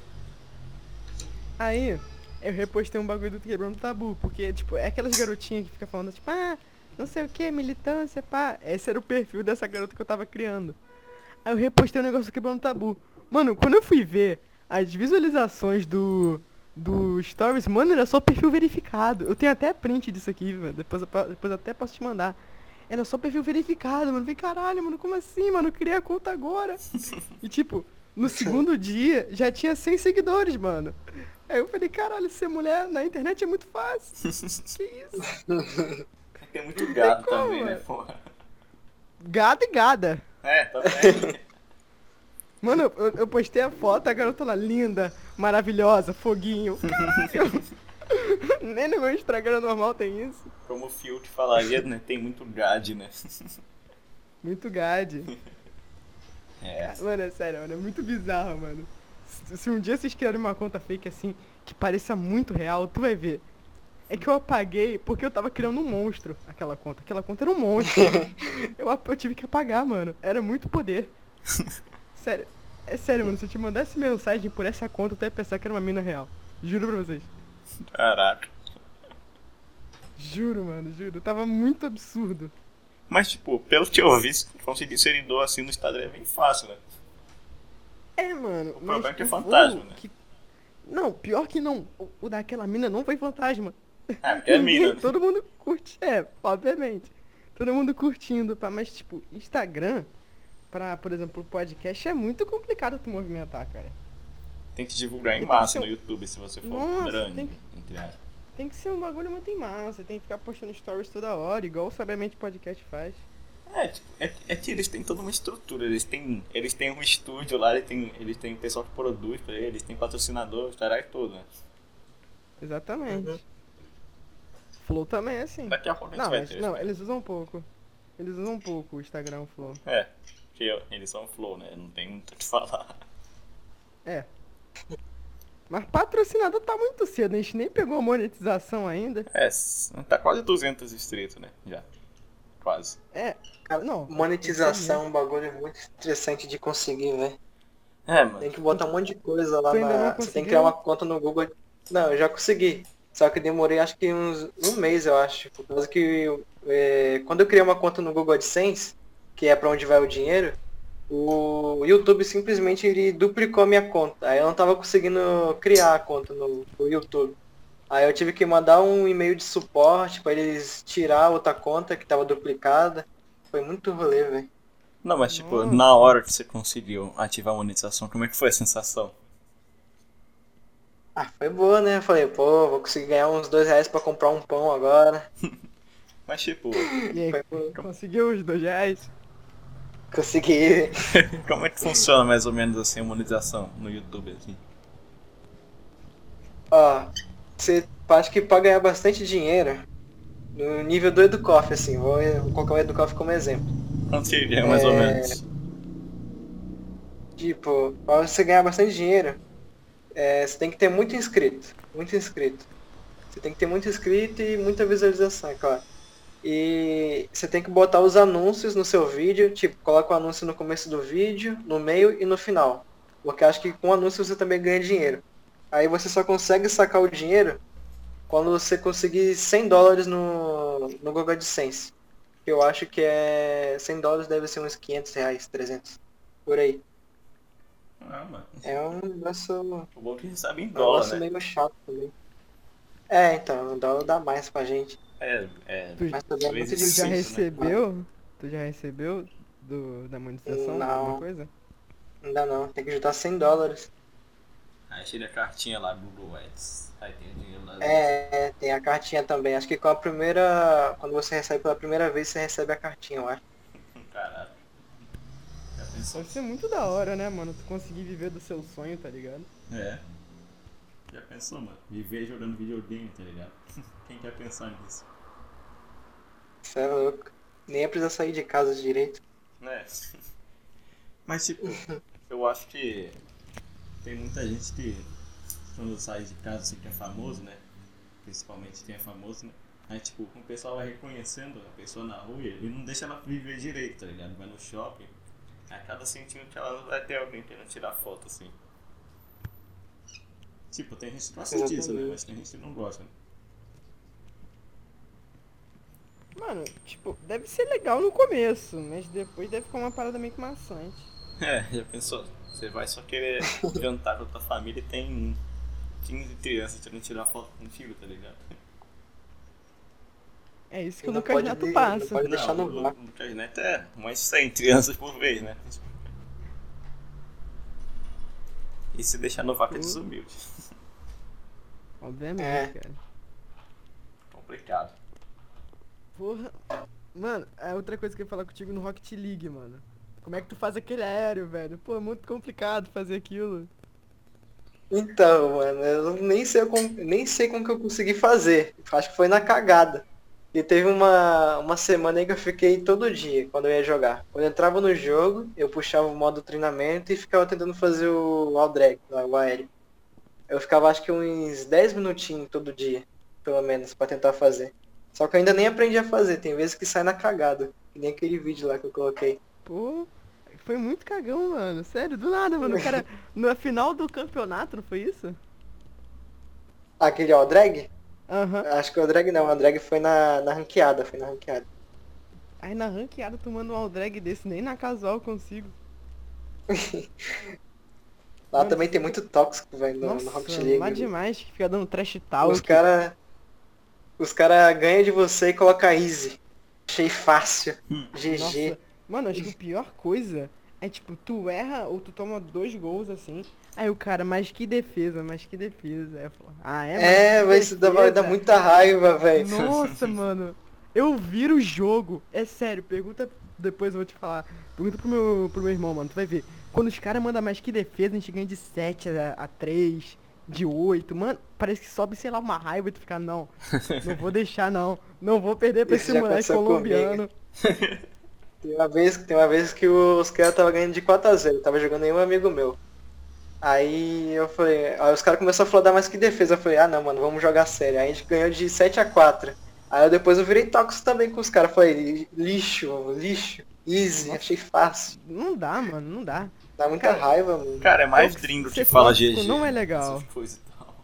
C: Aí, eu repostei um bagulho do Quebrando Tabu, porque, tipo, é aquelas garotinhas que ficam falando, tipo, ah, não sei o que, militância, pá. Esse era o perfil dessa garota que eu tava criando. Aí eu repostei um negócio do Quebrando Tabu. Mano, quando eu fui ver as visualizações do, do Stories, mano, era só perfil verificado. Eu tenho até print disso aqui, velho. Depois, eu pa- depois eu até posso te mandar. Era só perfil verificado, mano. Eu Falei, caralho, mano, como assim, mano? Eu criei a conta agora. E tipo, no segundo dia já tinha 100 seguidores, mano. Aí eu falei, caralho, ser mulher na internet é muito fácil. Que isso?
A: Tem muito gado
C: como,
A: também, né,
C: mano.
A: porra?
C: Gada e gada.
A: É, também.
C: Mano, eu, eu postei a foto, a garota lá, linda, maravilhosa, foguinho. Caralho. Nem no meu Instagram normal tem isso.
A: Como o Fiuk falaria, né? Tem muito gado, né?
C: Muito gade.
A: É.
C: Mano, é sério, mano, é muito bizarro, mano. Se, se um dia vocês criarem uma conta fake assim, que pareça muito real, tu vai ver. É que eu apaguei porque eu tava criando um monstro, aquela conta. Aquela conta era um monstro. eu, ap- eu tive que apagar, mano. Era muito poder. Sério. É sério, mano. Se eu te mandasse mensagem por essa conta, tu ia pensar que era uma mina real. Juro pra vocês.
A: Caraca.
C: Juro, mano, juro. Tava muito absurdo.
A: Mas, tipo, pelo que eu vi, conseguir servidor assim no Instagram é bem fácil, né?
C: É, mano. O
A: problema é que é fantasma, né?
C: Não, pior que não. O, o daquela mina não foi fantasma.
A: Ah, porque é mina. né?
C: Todo mundo curte, é, obviamente. Todo mundo curtindo, pá, mas tipo, Instagram, pra, por exemplo, podcast, é muito complicado tu movimentar, cara.
A: Tem que divulgar em
C: Tem
A: massa
C: que
A: no
C: ser-
A: YouTube se você for
C: Nossa,
A: grande,
C: tem que-
A: entre aspas.
C: Tem que ser um bagulho muito em massa, tem que ficar postando stories toda hora, igual o Sabiamente Podcast faz.
A: É, tipo, é, é que eles têm toda uma estrutura, eles têm, eles têm um estúdio lá, eles têm, eles têm o pessoal que produz pra eles, têm patrocinador, estará e tudo, né?
C: Exatamente.
A: Uhum.
C: Flow também é assim.
A: Daqui a pouco a gente
C: Não,
A: vai
C: mas,
A: ter.
C: não,
A: né?
C: eles usam um pouco. Eles usam um pouco o Instagram o Flow.
A: É, porque eu- eles são flow, né? Não tem muito o que falar.
C: Mas patrocinador tá muito cedo, a gente nem pegou a monetização ainda.
A: É, s- tá quase 200 inscritos, né? Já. quase.
C: É, cara, não.
B: Monetização é um bagulho muito estressante de conseguir, velho.
A: É, mano.
B: Tem que botar um monte de coisa lá
C: Tu ainda não
B: na. Você tem que criar uma conta no Google. Não, eu já consegui. Só que demorei acho que uns um mês, eu acho. Por causa que é, quando eu criei uma conta no Google AdSense, que é pra onde vai o dinheiro, o YouTube simplesmente ele duplicou a minha conta. Aí eu não tava conseguindo criar a conta no, no YouTube. Aí eu tive que mandar um e-mail de suporte pra eles tirar outra conta que tava duplicada. Foi muito rolê, velho.
A: Não, mas tipo,
C: Nossa.
A: na hora que você conseguiu ativar a monetização, como é que foi a sensação?
B: Ah, foi boa, né? Eu Falei, pô, vou conseguir ganhar uns dois reais pra comprar um pão agora.
A: Mas tipo,
C: E aí,
B: Foi boa.
C: conseguiu os dois reais?
B: Consegui.
A: como é que funciona mais ou menos assim a monetização no YouTube assim?
B: Ó, você acho que pra ganhar bastante dinheiro, no nível do Educoff, assim, vou, vou colocar o Educoff como exemplo.
A: Quanto seria mais ou
B: É.
A: menos?
B: Tipo, pra você ganhar bastante dinheiro, é, você tem que ter muito inscrito. Muito inscrito. Você tem que ter muito inscrito e muita visualização, é claro. E você tem que botar os anúncios no seu vídeo, tipo, coloca o anúncio no começo do vídeo, no meio e no final. Porque acho que com anúncio você também ganha dinheiro. Aí você só consegue sacar o dinheiro quando você conseguir 100 dólares no, no Google AdSense. que Eu acho que é 100 dólares deve ser uns 500 reais, 300. Por aí.
A: Ah, mano.
B: É um negócio,
A: O bom é que recebe em
B: um
A: dólar,
B: negócio
A: né?
B: meio chato também. É, então, o dólar dá mais pra gente.
A: É, é.
C: Tu,
B: Mas também é muito
A: Vezes
C: tu
A: Sim,
C: já
A: né?
B: difícil.
C: recebeu? Tu já recebeu do, da monetização?
B: Não.
C: Alguma coisa?
B: Não dá não, tem que juntar 100 dólares.
A: Aí tira a cartinha lá, Google Ads. Aí tem o dinheiro lá.
B: É, é, tem a cartinha também. Acho que com a primeira. Quando você recebe pela primeira vez, você recebe a cartinha, eu acho.
A: Caralho. Já pensou?
C: Deve ser muito da hora, né, mano? Tu conseguir viver do seu sonho, tá ligado?
A: É. Já pensou, mano? Viver jogando videogame, tá ligado? Quem quer pensar nisso?
B: Isso é louco. Nem ia precisar sair de casa direito.
A: Né? Mas, tipo, eu acho que tem muita gente que, quando sai de casa, assim, que é famoso, né? Principalmente quem é famoso, né? Aí, tipo, o pessoal vai reconhecendo a pessoa na rua e ele não deixa ela viver direito, tá ligado? Vai no shopping, a cada centímetro que ela vai ter alguém querendo tirar foto, assim. Tipo, tem gente que gosta disso, né?
B: Exatamente.
A: Mas tem gente que não gosta, né?
C: Mano, tipo, deve ser legal no começo, mas depois deve ficar uma parada meio que maçante.
A: É, já pensou? Você vai só querer jantar com a tua família e tem 15 crianças querendo tirar foto contigo, tá ligado?
C: É isso que
B: Não
C: o Lucas
B: pode
C: Neto
B: ver,
C: passa.
B: não pode- deixar no
A: o-
B: vácuo.
A: O internet é umas 100 crianças por vez, né? E se deixar no vácuo é
C: Hum.
A: desumilde.
C: Obviamente,
B: É.
C: cara.
A: Complicado.
C: Porra. Mano, é outra coisa que eu ia falar contigo no Rocket League, mano. Como é que tu faz aquele aéreo, velho? Pô, é muito complicado fazer aquilo.
B: Então, mano, eu nem sei, como, nem sei como que eu consegui fazer. Acho que foi na cagada. E teve uma, uma semana aí que eu fiquei todo dia quando eu ia jogar. Quando eu entrava no jogo, eu puxava o modo treinamento e ficava tentando fazer o wall drag, lá, o aéreo. Eu ficava acho que uns 10 minutinhos todo dia, pelo menos, pra tentar fazer. Só que eu ainda nem aprendi a fazer, tem vezes que sai na cagada. Que nem aquele vídeo lá que eu coloquei.
C: Pô, foi muito cagão, mano. Sério, do nada, mano. O cara, na final do campeonato, não foi isso?
B: Aquele wall drag?
C: Aham.
B: Acho que o wall drag não, o wall drag foi na, na ranqueada, foi na ranqueada.
C: Aí na ranqueada tomando um all drag desse, nem na casual eu consigo.
B: Lá
C: Mano,
B: também tem muito tóxico, velho, no, no
C: Nossa,
B: Rocket
C: lá
B: League. né?
C: demais que fica dando trash talk.
B: Os cara, os cara ganha de você e coloca easy. Achei fácil.
A: Hum.
B: GG.
C: Nossa, mano, acho que a pior coisa é tipo, tu erra ou tu toma dois gols assim. Aí o cara, mas que defesa, mas que defesa. Aí eu falo, ah, é? mas
B: é,
C: que
B: vai isso dá, vai dar
C: defesa.
B: muita raiva, velho.
C: Nossa, mano. Eu viro o jogo. É sério, pergunta. Depois eu vou te falar. Pergunta pro meu, pro meu irmão, mano. Tu vai ver. Quando os caras mandam mais que defesa, a gente ganha de 7 a, a 3, de 8. Mano, parece que sobe, sei lá, uma raiva e tu fica, não. Não vou deixar, não. Não vou perder pra
B: Isso
C: esse
B: já
C: moleque
B: aconteceu comigo.
C: colombiano.
B: Tem uma vez, tem uma vez que os caras tava ganhando de 4x0, tava jogando aí um amigo meu. Aí eu falei, aí os caras começaram a falar, dá mais que defesa. Eu falei, ah não, mano, vamos jogar sério. Aí a gente ganhou de 7x4. Aí eu depois eu virei tóxico também com os caras. Falei, lixo, lixo, easy, achei fácil.
C: Não dá, mano, não dá.
B: Dá muita raiva, mano.
A: Cara, é mais
C: Tóxico-
A: drindo que
C: ser
A: fala
C: tóxico
A: GG.
C: não é legal.
A: essas coisas e tal.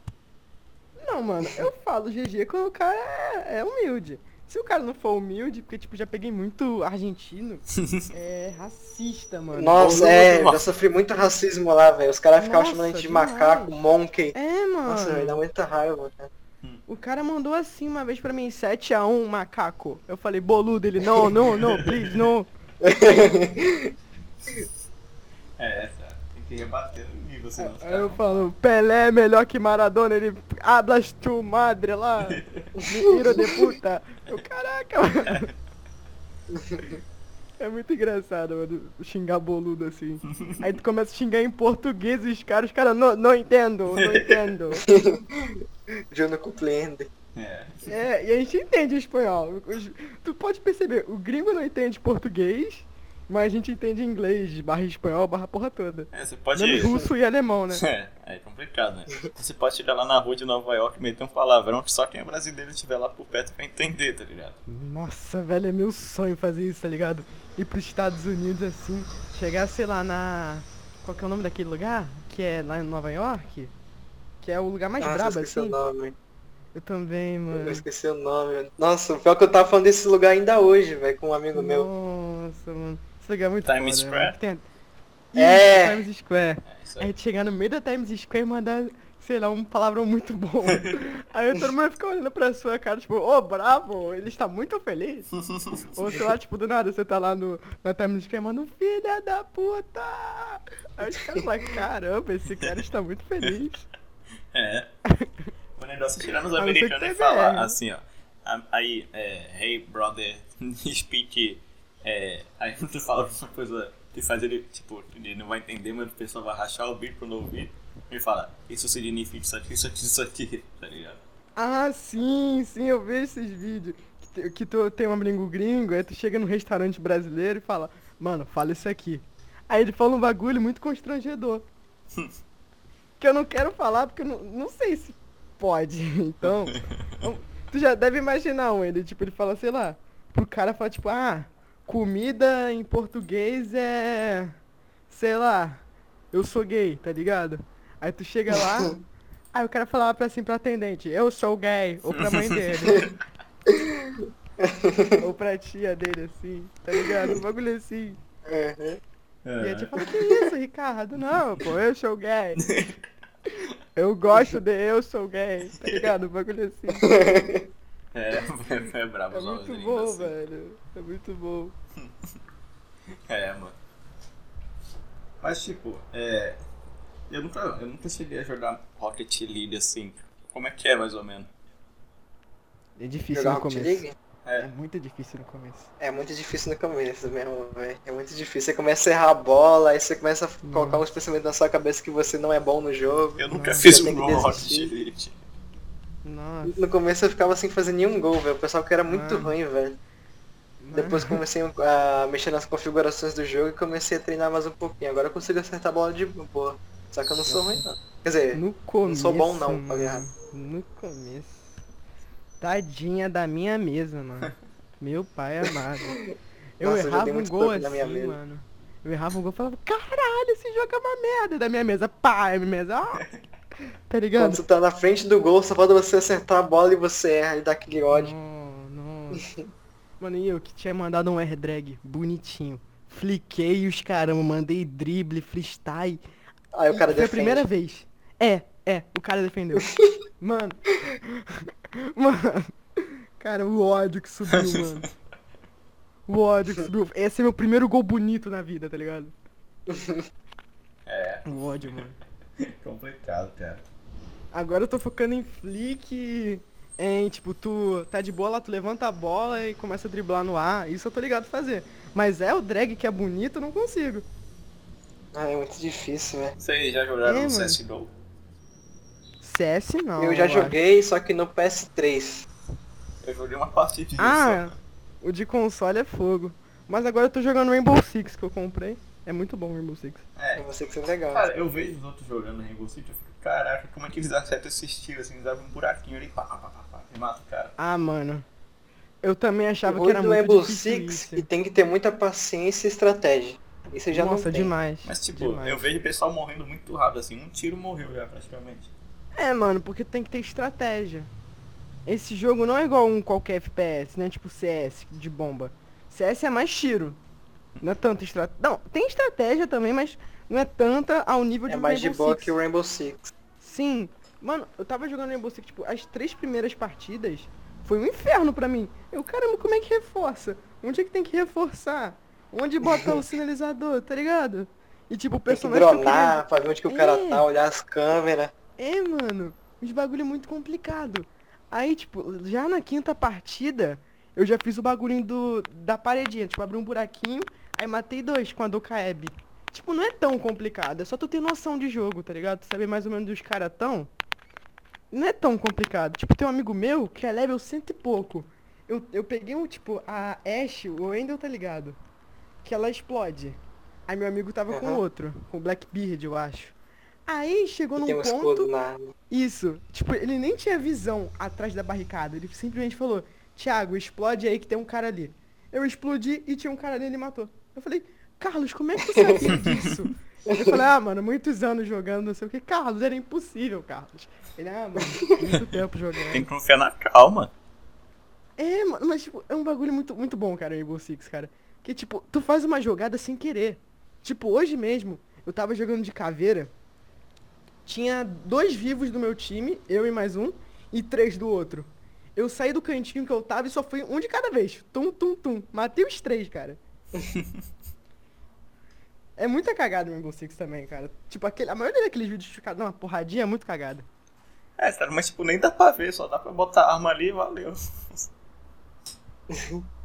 C: Não, mano, eu falo GG quando o cara é, é humilde. Se o cara não for humilde, porque, tipo, já peguei muito argentino, é racista, mano.
B: Nossa,
A: Nossa,
B: é,
A: mano.
B: já sofri muito racismo lá, velho. Os caras ficavam
C: Nossa,
B: chamando a gente de
C: demais.
B: macaco, monkey.
C: É, mano.
B: Nossa, velho, dá muita raiva, cara.
C: O cara mandou assim uma vez pra mim, 7x1, macaco. Eu falei, boludo, ele, não, não, não, please, não.
A: É, tá. tem que rebater no nível, senão os
C: Aí É, eu
A: caras...
C: falo, Pelé é melhor que Maradona, ele hablas tu madre lá, tiro de puta. Eu, caraca, mano. É muito engraçado, mano, xingar boludo assim. Aí tu começa a xingar em português e os caras, os caras, não, não entendo, não entendo.
B: Eu não compreendo.
A: É.
C: É, e a gente entende o espanhol. Os- Tu pode perceber, o gringo não entende português, mas a gente entende inglês, barra espanhol, barra porra toda.
A: É, você pode...
C: Menos russo e alemão, né?
A: É, é complicado, né? Você pode chegar lá na rua de Nova York e meter um palavrão que só quem é brasileiro estiver lá por perto vai entender, tá ligado?
C: Nossa, velho, é meu sonho fazer isso, tá ligado? Ir pros Estados Unidos assim, chegar, sei lá, na. Qual que é o nome daquele lugar? Que é lá em Nova York? Que é o lugar mais
B: Nossa,
C: brabo,
B: eu Ah, esqueci o
C: assim. Hum.
B: nome.
C: Eu também, mano.
B: Eu esqueci o nome. Nossa, pior é que eu tava falando desse lugar ainda hoje, velho, com um amigo meu.
C: Nossa, mano. Esse lugar é muito
A: Times
C: foda, mano.
A: Square?
C: Tem-
B: É.
C: Isso, Times Square.
A: É isso
C: A
A: aí.
C: gente chegar no meio da Times Square e mandar, sei lá, um palavrão muito bom. Aí todo mundo fica olhando pra sua cara, tipo, ô bravo, ele está muito feliz. Ou sei lá, tipo, do nada você tá lá no, na Times Square e manda um filha da puta. Aí os caras falam, caramba, esse cara está muito feliz.
A: É. O negócio é tirar nos
C: A não ser que
A: americanos e
C: tenha né?
A: falar
C: BR.
A: assim, ó. A- Aí, é, hey brother, speak. É, aí tu fala uma coisa que faz ele, tipo, ele não vai entender, mas o pessoal vai rachar o bico quando ouvir. Ele fala, isso significa isso aqui, isso aqui, isso aqui, tá ligado?
C: Ah, sim, sim, eu vejo esses vídeos. Que, te- que tu tem um amigo gringo, aí tu chega num restaurante brasileiro e fala, mano, fala isso aqui. Aí ele fala um bagulho muito constrangedor. que eu não quero falar porque eu não, não sei se pode. Então, eu- tu já deve imaginar um ele, tipo, ele fala, sei lá, pro cara fala, tipo, ah, comida em português é. sei lá, eu sou gay, tá ligado? Aí tu chega lá. Aí o cara falava pra assim pro atendente, eu sou gay, ou pra mãe dele. ou pra tia dele, assim, tá ligado? Um bagulho assim.
B: Uhum.
A: É.
C: E tipo- a tia fala, que isso, Ricardo? Não, pô, eu sou gay. Eu gosto de eu sou gay, tá ligado? Um bagulho assim.
A: É, é, brabo
C: É
A: os homens
C: muito
A: ainda
C: bom,
A: assim.
C: velho. É muito bom.
A: É, mano. Mas tipo, é. Eu nunca, eu nunca cheguei a jogar Rocket League assim. Como é que é mais ou menos?
C: É
B: Jogar um Rocket League?
A: É.
C: muito difícil no começo.
B: É muito difícil no começo mesmo, velho. É muito difícil. Você começa a errar a bola, aí você começa a colocar uns pensamentos na sua cabeça que você não é bom no jogo.
A: Eu nunca
C: Não,
A: fiz
B: você
A: um
B: tem que
A: gol no Rocket
B: desistir.
A: League.
C: Nossa.
B: No começo eu ficava sem fazer nenhum gol, velho. O pessoal que era muito
C: Ah.
B: ruim, velho. Né? Depois comecei um, a mexer nas configurações do jogo e comecei a treinar mais um pouquinho. Agora eu consigo acertar a bola de boa. Só que eu não sou ruim, não. Quer dizer,
C: No começo.
B: sou bom, não, tá pra
C: mano.
B: ganhar.
C: No começo. Tadinha da minha mesa, mano. Meu pai amado. Eu
B: Nossa, eu já
C: errava
B: dei
C: um
B: muito
C: gol
B: toque na minha
C: assim,
B: mesa.
C: mano. Eu errava um gol e falava, caralho, esse jogo é uma merda da minha mesa. Pá, é minha mesa. Ah! Tá
B: quando
C: ligado?
B: você tá na frente do gol, só falta você acertar a bola e você erra e dá aquele
C: Hum.
B: ódio.
C: Não, nossa. Mano, e eu que tinha mandado um air drag bonitinho. Fliquei os caramba, mandei drible, freestyle.
B: Aí o cara
C: Foi a
B: defende.
C: primeira vez. É, é, o cara defendeu. mano. Mano. Cara, o ódio que subiu, mano. O ódio que subiu. Esse é meu primeiro gol bonito na vida, tá ligado?
A: É,
C: O ódio, mano.
A: complicado, cara.
C: Agora eu tô focando em flick, em tipo, tu tá de boa lá, tu levanta a bola e começa a driblar no ar. Isso eu tô ligado a fazer. Mas é o drag que é bonito, eu não consigo.
B: Ah, é muito difícil, velho.
A: Vocês já jogaram
C: É,
A: um
C: mano.
A: CSGO?
C: CS não.
B: eu já
C: acho.
B: joguei, só que no PS3.
A: Eu joguei uma partidinha
C: Ah,
A: só.
C: o de console é fogo. Mas agora eu tô jogando Rainbow Six que eu comprei. É muito bom o Rainbow Six.
B: É
A: É.
B: você que é legal.
A: Cara, eu vejo os outros jogando Rainbow Six, eu fico, caraca, como é que eles acertam esse tiro assim? Eles abrem um buraquinho ali, pá, pá, pá, pá, pá, e mata o cara.
C: Ah, mano. Eu também achava
B: o
C: que era
B: do
C: muito
B: Rainbow
C: difícil
B: Six e
C: isso.
B: tem que ter muita paciência e estratégia. Isso eu já
C: Nossa,
B: não tem.
C: demais.
A: Mas tipo,
C: demais.
A: eu vejo o pessoal morrendo muito rápido, assim, um tiro morreu já praticamente.
C: É, mano, porque tem que ter estratégia. Esse jogo não é igual um qualquer FPS, né? Tipo CS de bomba. CS é mais tiro. Não é tanta estratégia. Não, tem estratégia também, mas não é tanta ao nível de
B: É
C: um
B: mais de
C: Rainbow
B: boa
C: Six.
B: que o Rainbow Six.
C: Sim. Mano, eu tava jogando Rainbow Six, tipo, as três primeiras partidas foi um inferno pra mim. Eu, caramba, como é que reforça? Onde é que tem que reforçar? Onde botar o sinalizador, tá ligado? E tipo, o
B: Tem que
C: personagem. que eu
B: dronar pra ver onde que o cara
C: É.
B: tá, olhar as câmeras.
C: é, mano, uns bagulho muito complicado. Aí, tipo, já na quinta partida, eu já fiz o bagulhinho do, da paredinha. Tipo, abri um buraquinho, aí matei dois com a do Caeb. Tipo, não é tão complicado, é só tu ter noção de jogo, tá ligado? Tu saber mais ou menos dos caras tão. Não é tão complicado. Tipo, tem um amigo meu que é level cento e pouco. Eu, eu peguei um, tipo, a Ashe, o Endel tá ligado? Que ela explode. Aí meu amigo tava com
B: Aham.
C: outro, com o Blackbeard, eu acho. Aí chegou
B: E
C: num
B: tem um
C: ponto.
B: escudo na arma.
C: Isso. Tipo, ele nem tinha visão atrás da barricada. Ele simplesmente falou, Thiago, explode aí que tem um cara ali. Eu explodi e tinha um cara ali e ele matou. Eu falei, Carlos, como é que tu sabia disso? Ele falou, ah, mano, muitos anos jogando, não sei o que. Carlos, era impossível, Carlos. Ele, ah, mano, muito tempo jogando.
A: Tem que confiar na calma.
C: É, mano, mas tipo, é um bagulho muito, muito bom, cara, Rainbow Six, cara. Que tipo, tu faz uma jogada sem querer. Tipo, hoje mesmo, eu tava jogando de caveira. Tinha dois vivos do meu time, eu e mais um, e três do outro. Eu saí do cantinho que eu tava e só fui um de cada vez. Tum, tum, tum. Matei os três, cara. é muita cagada o Rainbow Six também, cara. Tipo, aquele, a maioria daqueles vídeos ficados numa porradinha é muito cagada.
A: É, cara, mas tipo, nem dá pra ver, só dá pra botar a arma ali e valeu.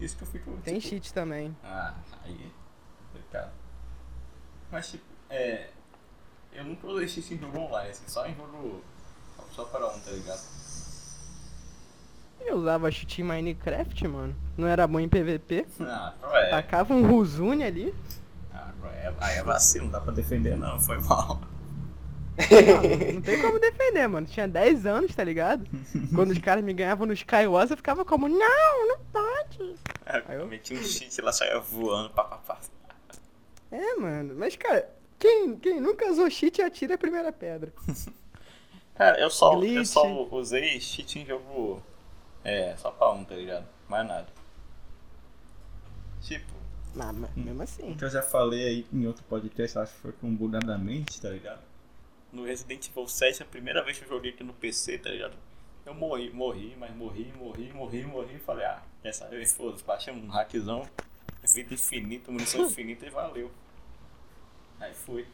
A: Isso que eu fico.
C: Tem
A: tipo,
C: cheat também.
A: Ah, aí é complicado. Mas tipo, é. Eu nunca usei cheat em jogo online, assim, só em jogo. Só para um, tá ligado?
C: Eu usava cheat em Minecraft, mano. Não era bom em PVP.
A: Ah, agora é.
C: Tacava um Ruzune ali.
A: Ah, agora é. Aí é vacilo, não dá pra defender não, foi mal.
C: Mano, não tem como defender, mano. Tinha 10 anos, tá ligado? Quando os caras me ganhavam no Skywars, eu ficava como, não, não pode. Aí eu-
A: Eu meti um cheat lá, saia voando, papapá.
C: É, mano. Mas, cara, quem, quem nunca usou cheat atira a primeira pedra.
A: Cara, eu só, eu
C: Glitch.
A: só usei cheat em jogo. É, só pra um, tá ligado? Mais nada. Tipo,
C: Não, mas
B: Hum.
C: mesmo assim.
A: que Então, eu já falei aí em outro podcast, acho que foi com Bugadamente, tá ligado? No Resident Evil 7, a primeira vez que eu joguei aqui no PC, tá ligado? Eu morri, morri, mas morri, morri, morri, morri. Falei, ah, dessa vez, foda-se, baixei um hackzão, vida infinita, munição infinita e valeu. Aí fui.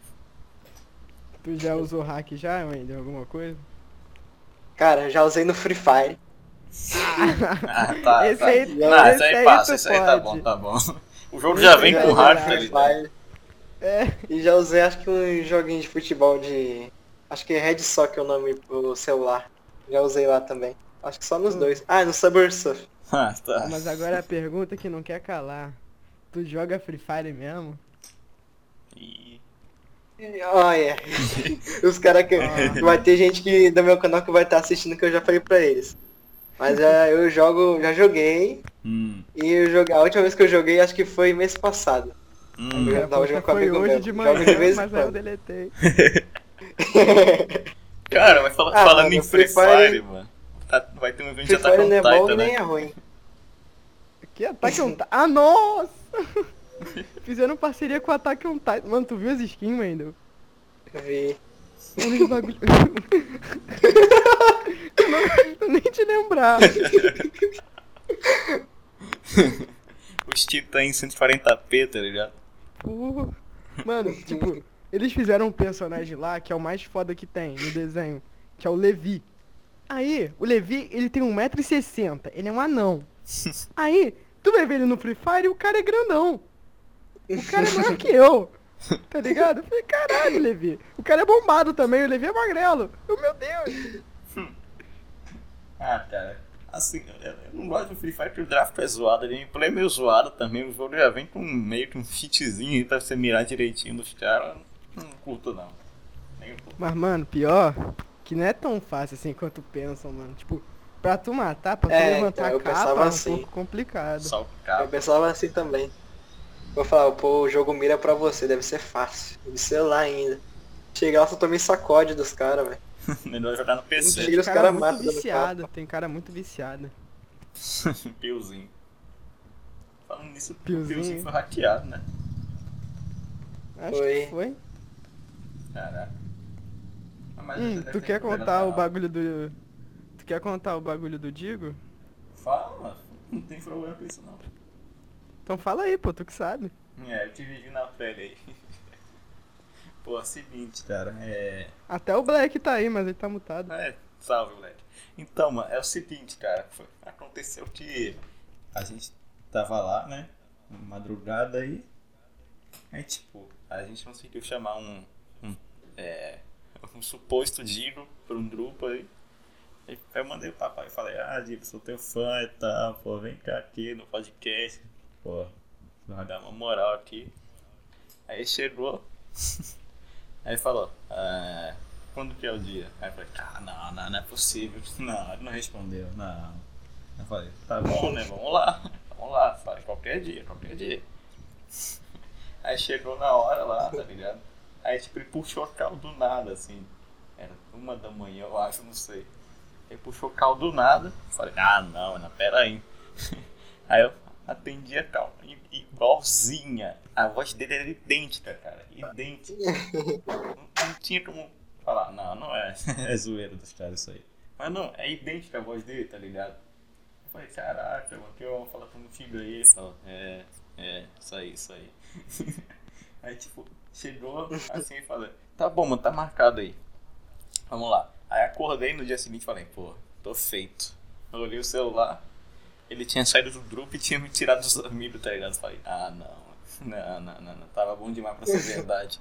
C: Tu já usou hack já, mãe? Deu alguma coisa?
B: Cara, eu já usei no Free Fire.
A: Ah, tá.
C: Esse
A: tá.
C: aí-
A: não,
C: esse
A: esse aí
C: aí
A: passa,
C: tu
A: esse aí tá
C: pode.
A: bom, tá bom. O jogo já vem
B: Já
A: com
B: usei
A: rádio,
B: no
A: tá
B: Free
A: ligado?
B: Fire.
C: É.
B: E já usei acho que um joguinho de futebol de. Acho que é Red Sock é o nome pro celular. Já usei lá também. Acho que só nos dois. Ah, no Subway Surf.
A: Ah, tá.
C: Mas agora a pergunta que não quer calar. Tu joga Free Fire mesmo?
A: Ih,
B: Olha. Oh, Os caras que.
A: Ah.
B: Vai ter gente que, do meu canal que vai estar assistindo que eu já falei pra eles. Mas já, eu jogo. Já joguei.
A: Hum.
B: E eu joguei, a última vez que eu joguei acho que foi mês passado.
A: Hum.
B: Eu
C: Cara,
B: tava
C: puta,
B: jogando com
C: foi
B: amigo
C: hoje
B: meu.
C: de
B: Jogo
C: manhã,
B: de vez em
C: mas aí eu
B: quando.
C: deletei.
A: Cara, mas fala,
B: Ah,
A: falando
B: mano,
A: em Free
B: Free
A: Fire,
B: Fire- é-
A: mano. tá- vai ter um evento de
B: Free
A: Attack
B: Fire
A: on
B: não é bom
A: Titan, né?
B: nem é ruim.
C: Que ataque on Titan? Ah, nossa! Fizeram parceria com o Ataque on Titan. Mano, tu viu as skins, Wendel?
B: Vi.
C: Olha os bagulho. eu não acredito nem te lembrar.
A: Os titãs em 140p, tá ligado?
C: Uh, Mano, tipo, eles fizeram um personagem lá que é o mais foda que tem no desenho, que é o Levi. Aí, o Levi, ele tem 1,60m, ele é um anão. Aí, tu vai ver ele no Free Fire e o cara é grandão. O cara é maior que eu. Tá ligado? Eu falei, caralho, Levi. O cara é bombado também, o Levi é magrelo. Eu, meu Deus.
A: Ah, cara. Assim, eu, eu não gosto do Free Fire porque o draft é zoado, a gameplay é meio zoado também. O jogo já vem com meio que um cheatzinho aí pra você mirar direitinho dos caras. Não curto, não. Nem um pouco.
C: Mas, mano, pior que não é tão fácil assim quanto pensam, mano. Tipo, Pra tu matar, pra tu
B: É,
C: levantar
B: então, eu
C: a capa, é um
B: pensava assim.
C: pouco complicado.
A: Só o
B: Eu
A: cabo.
B: pensava assim também. Vou falar, pô, o jogo mira pra você, deve ser fácil. Do celular ainda. Chegar lá, só tomei sacode dos caras, velho.
A: Melhor jogar no PC.
B: Mentira. os caras matam
C: é muito
B: dando
C: viciado, tem cara muito viciado.
A: Um Piozinho. Falando nisso, o
C: Piozinho.
A: Piozinho foi hackeado, né?
C: Acho
B: Foi.
C: que foi.
A: Caraca. Ah, mas
C: Hum,
A: já deve
C: tu
A: ter
C: quer
A: recuperado
C: contar o
A: lá.
C: bagulho do. Tu quer contar o bagulho do Digo?
A: Fala, não tem problema com isso não.
C: Então fala aí, pô, tu que sabe.
A: É, eu te vivi na pele aí. Pô, é o seguinte, cara, é.
C: Até o Black tá aí, mas ele tá mutado.
A: É, salve, moleque. Então, mano, é o seguinte, cara. foi- aconteceu que a gente tava lá, né? Madrugada aí. Aí, tipo, a gente conseguiu chamar um. Um, é, um suposto Digo pra um grupo aí. Aí Eu mandei o papai e falei: Ah, Digo, sou teu fã e tal, pô, vem cá aqui no podcast. Pô, vai dar uma moral aqui. Aí chegou. Aí falou, ah, quando que é o dia? Aí eu falei, ah, não, não, não é possível. Não, ele não respondeu, não. Eu falei, tá bom, né? Vamos lá. Vamos lá, falei, qualquer dia, qualquer dia. Aí chegou na hora lá, tá ligado? Aí tipo, ele puxou caldo do nada, assim. Era uma da manhã, eu acho, não sei. Ele puxou caldo do nada. Eu Falei, ah, não, não, pera aí. Aí eu atendi a calma, igualzinha. A voz dele era idêntica, cara, idêntica. Não, não tinha como falar, não, não é, é zoeira dos caras isso aí. Mas não, é idêntica a voz dele, tá ligado? Eu falei, caraca, mano, que eu vou falar contigo aí, ele falou, é, é, isso aí, isso aí. aí tipo, chegou assim e falou, tá bom, mano, tá marcado aí. Vamos lá. Aí acordei no dia seguinte e falei, pô, tô feito. Eu olhei o celular, ele tinha saído do grupo e tinha me tirado dos amigos, tá ligado? Eu Falei, ah, não. Não, não, não, não. Tava bom demais pra ser verdade.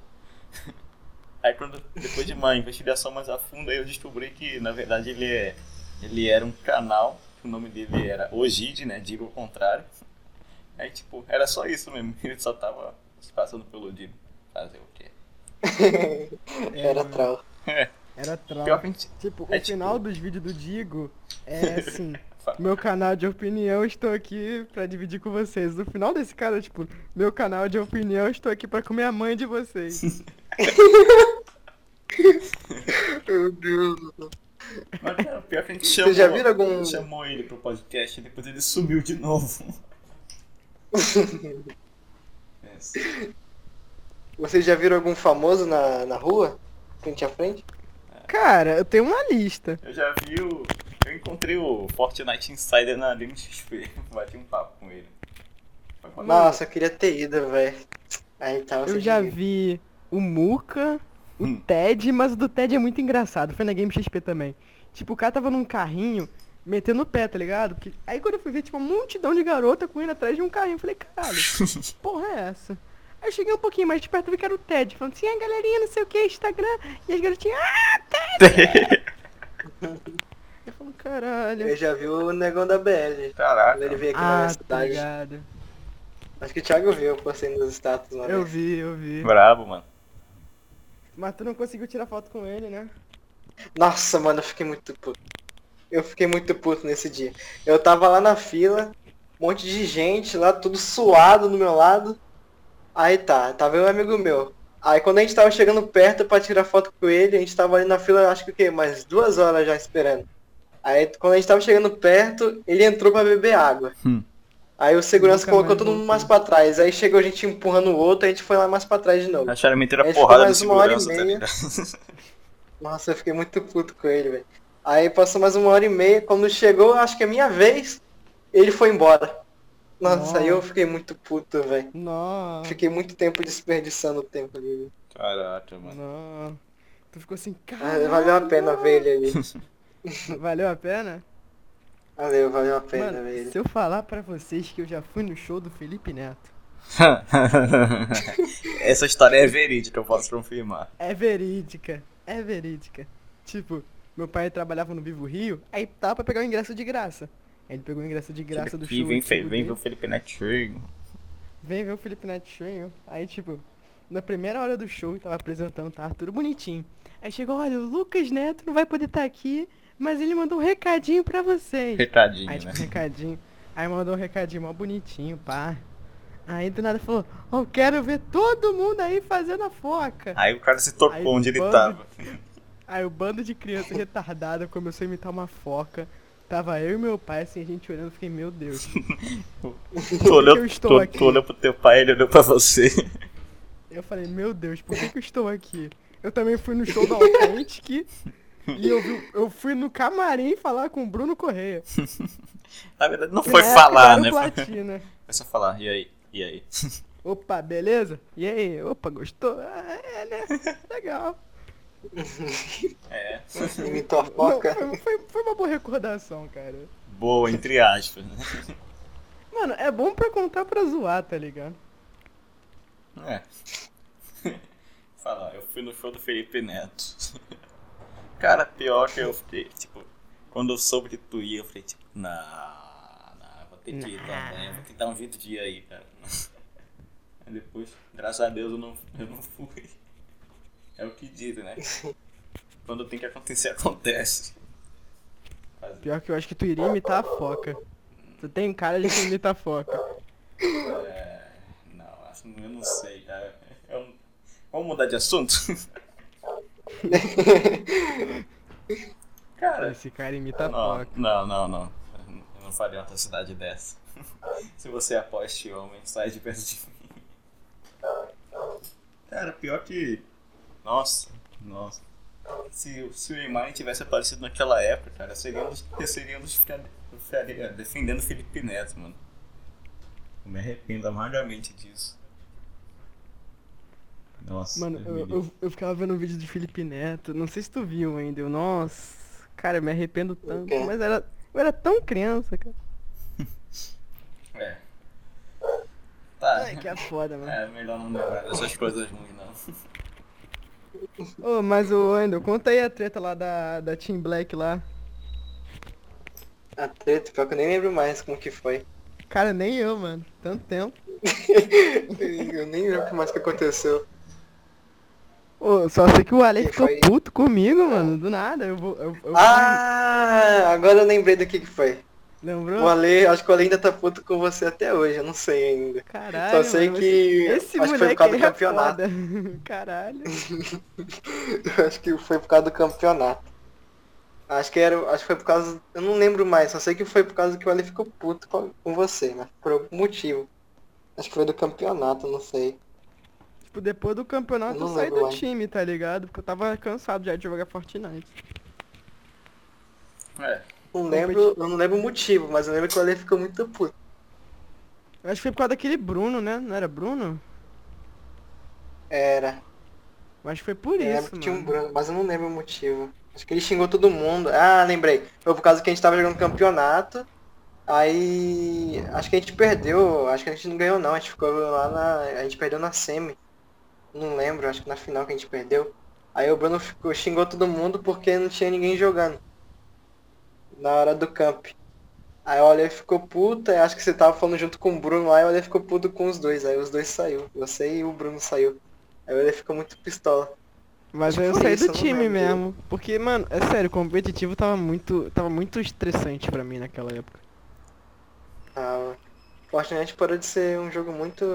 A: Aí quando, depois de uma investigação mais a fundo, aí eu descobri que, na verdade, ele, é, ele era um canal, o nome dele era Ogid, né? Digo ao contrário. Aí, tipo, era só isso mesmo. Ele só tava se passando pelo Digo. Fazer o quê?
C: É,
B: Era trau.
C: Era
A: Pior
C: trauma.
A: que a gente...
C: Tipo,
A: é
C: o
A: tipo-
C: final dos vídeos do Digo é assim. Meu canal de opinião, estou aqui pra dividir com vocês. No final desse cara, tipo, meu canal de opinião, estou aqui pra comer a mãe de vocês.
B: Meu Deus.
A: Mas, cara, pior que a gente chamou,
B: já viram algum-
A: a gente chamou ele pro podcast e depois ele sumiu de novo. É, sim.
B: Vocês já viram algum famoso na, na rua? Frente a frente?
C: Cara, eu tenho uma lista.
A: eu já vi o. Eu encontrei o Fortnite Insider na DMXP. Bati um papo com ele. Foi quando-
B: Nossa, eu queria ter ido, velho. Aí tava
C: Eu
B: sem
C: já
B: dinheiro.
C: vi o Muca, o
A: Hum.
C: Ted, mas o do Ted é muito engraçado. Foi na Game XP também. Tipo, o cara tava num carrinho, metendo o pé, tá ligado? Porque- Aí quando eu fui ver, tipo, uma multidão de garota correndo atrás de um carrinho. Eu falei, caralho, que porra é essa? Aí eu cheguei um pouquinho mais de perto e vi que era o Ted, falando assim, ah, galerinha, não sei o que, Instagram. E as garotinhas, ah, Ted! eu falo, caralho.
B: Eu já vi o negão da BL. Quando ele
A: Caraca.
B: veio aqui na
C: Ah,
B: minha
C: tá
B: cidade.
C: ligado.
B: Acho que o Thiago viu, eu postei nos status uma
C: Eu
B: vez.
C: vi, eu vi.
A: Brabo, mano.
C: Mas tu não conseguiu tirar foto com ele, né?
B: Nossa, mano, eu fiquei muito puto. Eu fiquei muito puto nesse dia. Eu tava lá na fila, um monte de gente lá, tudo suado no meu lado. Aí tá, tava eu e um amigo meu. Aí quando a gente tava chegando perto pra tirar foto com ele, a gente tava ali na fila, acho que o quê? Mais duas horas já esperando. Aí quando a gente tava chegando perto, ele entrou pra beber água.
A: Hum.
B: Aí o segurança
C: Nunca
B: colocou
C: mais
B: todo mundo
C: voltou.
B: mais pra trás. Aí chegou a gente empurrando o outro, a gente foi lá mais pra trás de novo.
A: Acharam meter
B: Aí
A: a
B: ficou
A: porrada no
B: mais uma hora e
A: segurança, tá
B: meia.
A: ligado?
B: Nossa, eu fiquei muito puto com ele, velho. Aí passou mais uma hora e meia, quando chegou, acho que é minha vez, ele foi embora. Nossa,
C: Nossa.
B: aí eu fiquei muito puto, velho.
C: Nossa.
B: Fiquei muito tempo desperdiçando o tempo ali.
A: Caraca, mano.
C: Não. Tu ficou assim,
B: Ah,
C: cara.
B: Valeu a pena ver ele ali.
C: Valeu a pena?
B: Valeu, valeu a pena
C: Mano,
B: ver ele.
C: se eu falar pra vocês que eu já fui no show do Felipe Neto,
A: Essa história é verídica, eu posso confirmar.
C: é verídica. É verídica. Tipo, meu pai trabalhava no Vivo Rio, aí tava pra pegar o ingresso de graça. Aí Ele pegou o ingresso de graça do
A: E
C: show.
A: vem, fe-
C: antigo
A: vem ver
C: dele.
A: o Felipe Netinho.
C: Vem ver o Felipe Netinho. Aí, tipo, na primeira hora do show, tava apresentando, tava tudo bonitinho. Aí chegou, olha, o Lucas Neto não vai poder estar aqui, mas ele mandou um recadinho pra vocês.
A: Recadinho,
C: Aí,
A: né?
C: tipo, um recadinho. Aí mandou um recadinho mó bonitinho, pá. Aí do nada falou, eu quero ver todo mundo aí fazendo a foca.
A: Aí o cara se tocou
C: Aí,
A: onde ele
C: bando-
A: tava.
C: Aí o bando de criança retardada começou a imitar uma foca. Tava eu e meu pai, assim, a gente olhando, eu fiquei, meu Deus.
A: Tu olhou,
C: eu estou
A: tu,
C: aqui?
A: tu olhou pro teu pai, ele olhou pra você.
C: Eu falei, meu Deus, por que, que eu estou aqui? Eu também fui no show da Authentic e eu, vi- eu fui no camarim falar com o Bruno Correia.
A: Na verdade, não foi
C: Na época,
A: falar,
C: É, era um
A: né?
C: o Platina.
A: Foi só falar, e aí? E aí?
C: Opa, beleza? E aí? Opa, gostou? Ah, é, né? Legal.
A: É.
B: Imitou a
C: Não,
B: foca.
C: foi- foi, foi uma boa recordação, cara.
A: Boa, entre aspas, né?
C: Mano, é bom pra contar pra zoar, tá ligado?
A: É. Fala, eu fui no show do Felipe Neto. Cara, pior que eu fiquei, tipo, quando eu soube que tu ia, eu falei, tipo, não, não, eu vou ter que ir também, eu vou ter que dar um jeito de ir aí, cara. Aí depois, graças a Deus, eu não, eu não fui. É o que dizem, né? Quando tem que acontecer, acontece. Mas,
C: Pior que eu acho que tu iria imitar a foca. Tu tem cara de que imita a foca.
A: é, não, acho- eu não sei, cara. Eu- vamos mudar de assunto? Cara,
C: Esse cara imita a
A: Não,
C: foca.
A: não, não, não. Eu não faria uma atrocidade dessa. Se você apoia este homem, sai de perto de mim. Cara, pior que. Nossa, nossa. Se, o- se o Neymar tivesse aparecido naquela época, cara, seríamos, seríamos ficar, ficaria defendendo o Felipe Neto, mano. Eu me arrependo amargamente disso. Nossa,
C: Mano,
A: Deus me
C: eu,
A: livre.
C: eu, eu ficava vendo um vídeo do Felipe Neto, não sei se tu viu ainda, eu, nossa, cara, eu me arrependo tanto,
B: quê?
C: mas era, eu era tão criança, cara.
A: É. Tá.
C: Ai, que é foda, mano.
A: É, melhor não lembrar dessas coisas ruins, não.
C: Ô, mas o Andrew, conta aí a treta lá da, da Team Black lá.
B: A treta, pior que eu nem lembro mais como que foi.
C: Cara, nem eu, mano, tanto tempo.
B: Eu nem lembro mais o que aconteceu.
C: Ô, só sei que o Ale
B: Quem
C: ficou
B: foi? É.
C: puto comigo, mano, do nada, eu vou... Eu, eu-
B: Ah, agora eu lembrei do que que foi.
C: Lembrou?
B: O Ale, acho que o Ale ainda tá puto com você até hoje, eu não sei ainda. só
C: Caralho,
B: sei
C: mano,
B: que-
C: Esse, esse
B: acho que foi por
C: moleque
B: causa do
C: aí é
B: campeonato.
C: foda. Caralho.
B: Eu acho que foi por causa do campeonato. Acho que era, acho que foi por causa, eu não lembro mais, só sei que foi por causa que o Ale ficou puto com, com você, mas por algum motivo. Acho que foi do campeonato, não sei.
C: Tipo, depois do campeonato eu
B: Não
C: saí
B: lembro
C: do
B: mais.
C: time, tá ligado? Porque eu tava cansado já de jogar Fortnite.
A: É.
B: Não lembro, eu não lembro o motivo, mas eu lembro que o Ale ficou muito puto.
C: Eu acho que foi por causa daquele Bruno, né? Não era Bruno?
B: Era.
C: Eu acho que foi por
B: É,
C: isso,
B: porque tinha um
C: mano.
B: Bruno, mas eu não lembro o motivo. Acho que ele xingou todo mundo. Ah, lembrei. Foi por causa que a gente tava jogando campeonato. Aí. Acho que a gente perdeu. Acho que a gente não ganhou não. A gente ficou lá na. A gente perdeu na semi. Não lembro, acho que na final que a gente perdeu. Aí o Bruno ficou, xingou todo mundo porque não tinha ninguém jogando. Na hora do camp. Aí o Ale ficou puta, acho que você tava falando junto com o Bruno lá e o Ale ficou puto com os dois. Aí os dois saiu. Você e o Bruno saiu. Aí o Ale ficou muito pistola.
C: Mas
B: acho
C: aí eu
B: que foi
C: saí
B: isso,
C: do
B: eu não
C: time
B: lembro direito.
C: mesmo. Porque, mano, é sério, competitivo tava muito. Tava muito estressante pra mim naquela época.
B: Ah, o Fortnite parou de ser um jogo muito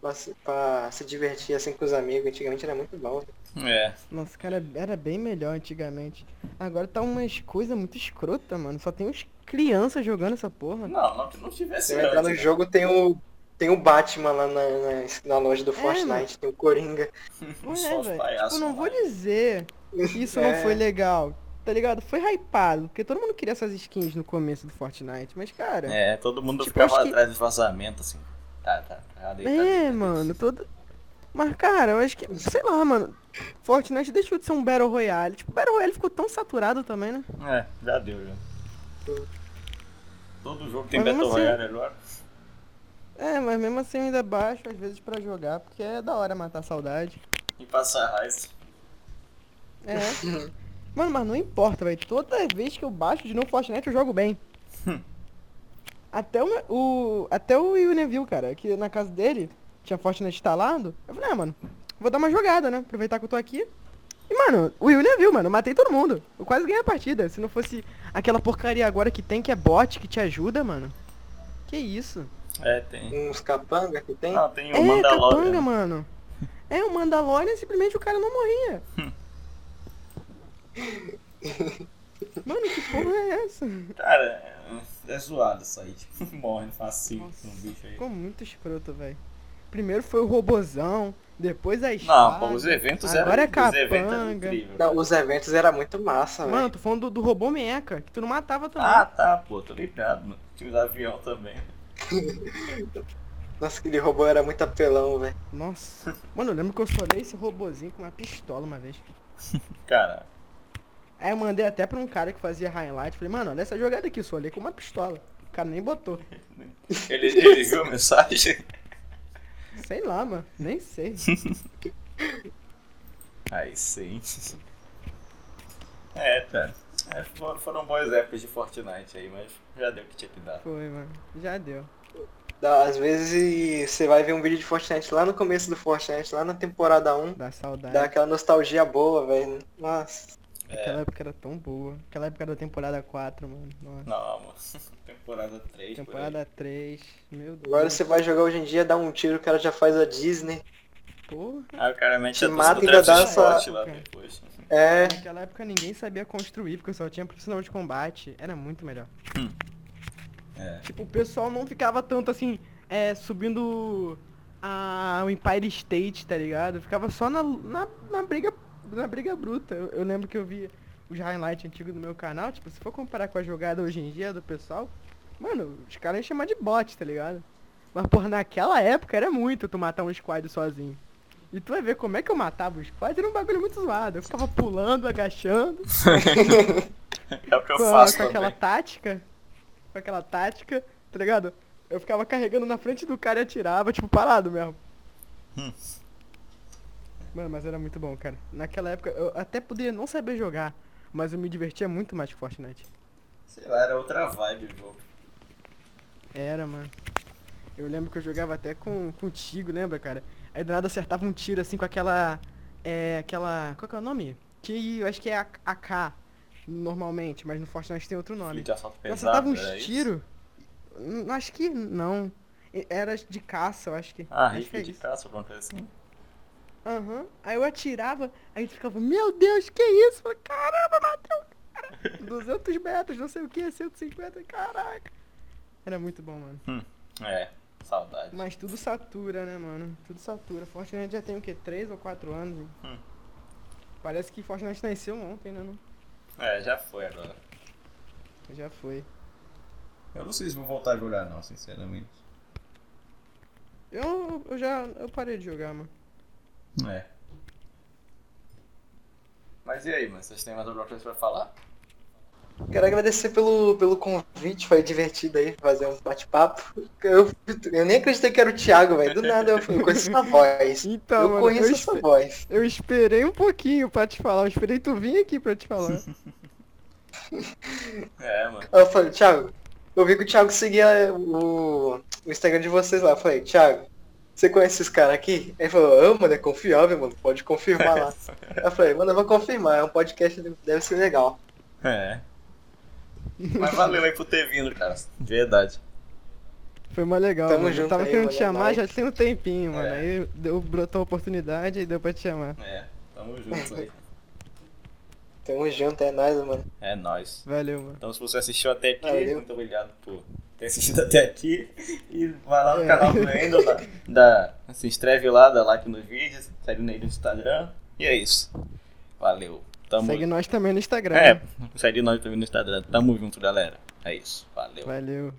B: pra se, pra se divertir assim com os amigos. Antigamente era muito bom.
A: É.
C: Nossa, cara, era bem melhor antigamente. Agora tá umas coisas muito escrota, mano. Só tem uns crianças jogando essa porra.
A: Não, não, não tivesse
B: Você vai entrar no
A: antes,
B: jogo, tem o, tem o Batman lá na, na, na loja do
C: É,
B: Fortnite, tem o Coringa.
A: né?
C: Ué,
A: Só os
C: velho.
A: palhaços
C: Tipo, não
A: lá.
C: vou dizer que isso
B: É.
C: não foi legal. Tá ligado? Foi hypado, porque todo mundo queria essas skins no começo do Fortnite. Mas, cara.
A: É, todo mundo
C: Tipo,
A: ficava
C: acho que-
A: atrás do vazamento, assim. Tá, tá. já dei, tá, dei,
C: É,
A: tá,
C: mano, todo. Mas, cara, eu acho que. Sei lá, mano. Fortnite deixou de ser um Battle Royale. Tipo, Battle Royale ficou tão saturado também, né?
A: dei. É, já deu, já. Todo jogo tem
C: Mas mesmo
A: Battle
C: assim-
A: Royale agora.
C: É, mas mesmo assim eu ainda baixo às vezes pra jogar, porque é da hora matar a saudade.
A: E passar raiz.
C: É. mano, mas não importa, velho. Toda vez que eu baixo de novo Fortnite eu jogo bem. até o, meu- o. Até o Will Neville, cara, que na casa dele tinha Fortnite instalado. Eu falei, ah, mano, vou dar uma jogada, né? Aproveitar que eu tô aqui. E, mano, o William viu, mano. Eu matei todo mundo. Eu quase ganhei a partida. Se não fosse aquela porcaria agora que tem, que é bot, que te ajuda, mano. Que isso?
A: É, tem.
B: Uns capanga que tem.
A: Não, tem o
C: é,
A: Mandalorian.
C: capanga, mano. É, o Mandalorian simplesmente o cara não morria. mano, que porra é essa?
A: Cara, é, é zoado isso aí. Tipo, morre facinho com um bicho aí.
C: Ficou muito escroto, velho. Primeiro foi o robozão, depois a espada.
A: Não, pô, os eventos
C: Agora é
A: eram. os eventos eram
C: capanga.
A: incríveis.
B: Não, os eventos era muito massa, velho.
C: Mano, tô falando do, do robô meca, que tu não matava também.
A: Ah, tá, pô, tô ligado, mano. Tinha os avião também.
B: Nossa, aquele robô era muito apelão, velho.
C: Nossa. Mano, eu lembro que eu solei esse robozinho com uma pistola uma vez.
A: Cara,
C: Aí eu mandei até pra um cara que fazia highlight. Falei, mano, olha essa jogada aqui, solei com uma pistola. O cara nem botou.
A: ele, ele viu a mensagem?
C: Sei lá, mano. Nem sei.
A: Aí sim. É, cara. É, for- foram boas épocas de Fortnite aí, mas já deu o que tinha que dar.
C: Foi, mano. Já deu.
B: Dá- Às vezes e você vai ver um vídeo de Fortnite lá no começo do Fortnite, lá na temporada 1,
C: Dá saudade.
B: dá aquela nostalgia boa, velho. Nossa. É.
C: Aquela época era tão boa. Aquela época da temporada 4, mano. Nossa.
A: Não, mano. Temporada 3. por aí.
C: Temporada 3. Meu Deus.
B: Agora você vai jogar hoje em dia, dá um tiro, o cara já faz a Disney.
C: Porra.
A: Aí o cara mete
B: Te
A: a
B: mata
A: do
B: e ainda dá
A: Travis
B: essa-
A: Scott lá depois.
B: É,
C: Naquela época ninguém sabia construir, porque só tinha profissional de combate. Era muito melhor.
A: É.
C: Tipo, o pessoal não ficava tanto assim, é, subindo a, o Empire State, tá ligado? Ficava só na, na, na briga na briga bruta. Eu, eu lembro que eu vi os highlights antigos do meu canal, tipo, se for comparar com a jogada hoje em dia do pessoal, mano, os caras iam chamar de bot, tá ligado? Mas, porra, naquela época era muito tu matar um squad sozinho. E tu vai ver como é que eu matava o squad, era um bagulho muito zoado. Eu ficava pulando, agachando
A: É o que eu
C: com,
A: faço
C: com aquela
A: também.
C: tática. Com aquela tática, tá ligado? Eu ficava carregando na frente do cara e atirava, tipo, parado mesmo.
A: Hum.
C: Mano, mas era muito bom, cara. Naquela época eu até poderia não saber jogar, mas eu me divertia muito mais que Fortnite.
A: Sei lá, era outra vibe o jogo.
C: Era, mano. Eu lembro que eu jogava até com contigo, lembra, cara? Aí do nada acertava um tiro assim com aquela. É. aquela. Qual que é o nome? Que eu acho que é a- AK, normalmente, mas no Fortnite tem outro nome.
A: Fita de assalto
C: Nossa, dava
A: pesado, era
C: uns
A: isso?
C: tiros. Acho que não. E- Era de caça, eu acho que.
A: Ah,
C: acho que
A: rifle
C: é
A: de
C: isso.
A: caça, alguma coisa assim.
C: Aham. Aí eu atirava, aí tu ficava, meu Deus, que isso? Eu falei, Caramba, bateu o cara. 200 metros, não sei o que, 150, caraca. Era muito bom, mano.
A: É, saudade.
C: Mas tudo satura, né, mano? Tudo satura. Fortnite já tem o quê? 3 ou 4 anos?
A: Hum.
C: Parece que Fortnite nasceu ontem, né? Não?
A: É, já foi agora.
C: Já foi.
A: Eu não sei se vou voltar a jogar não, sinceramente.
C: Eu, eu já eu parei de jogar, mano.
A: É. Mas e aí, mano? Vocês têm mais alguma coisa pra falar?
B: quero agradecer pelo, pelo convite, foi divertido aí fazer um bate-papo. Eu, eu nem acreditei que era o Thiago, velho. Do nada eu, eu conheço essa voz.
C: Então,
B: eu
C: mano,
B: conheço
C: eu
B: essa
C: espe-
B: voz.
C: Eu esperei um pouquinho pra te falar, eu esperei tu vir aqui pra te falar.
A: É, mano.
B: Aí Eu falei, Thiago, eu vi que o Thiago seguia o, o Instagram de vocês lá. Eu falei, Thiago, você conhece esses caras aqui? Aí ele falou, ah, mano, é confiável, mano, pode confirmar lá. Aí eu falei, mano, eu vou confirmar, é um podcast, deve ser legal.
A: É. Mas valeu aí por ter vindo, cara. De verdade.
C: Foi mais legal,
B: Tamo
C: mano. eu
B: junto
C: tava
B: aí,
C: querendo
B: mano,
C: te
B: é
C: chamar
B: nóis.
C: já tem um tempinho, mano.
A: É.
C: Aí deu, brotou a oportunidade e deu pra te chamar.
A: É, tamo junto aí.
B: Tamo junto, é nóis, mano.
A: É nóis.
C: Valeu, mano.
A: Então se você assistiu até aqui,
B: Valeu.
A: muito obrigado por ter assistido até aqui. E vai lá no
C: É.
A: canal do Endo, da, da- se inscreve lá, dá like nos vídeos, segue nele no Instagram. E é isso. Valeu. Tamo
C: Segue nós também no Instagram.
A: É,
C: né?
A: segue nós também no Instagram. Tamo junto, galera. É isso. Valeu.
C: Valeu.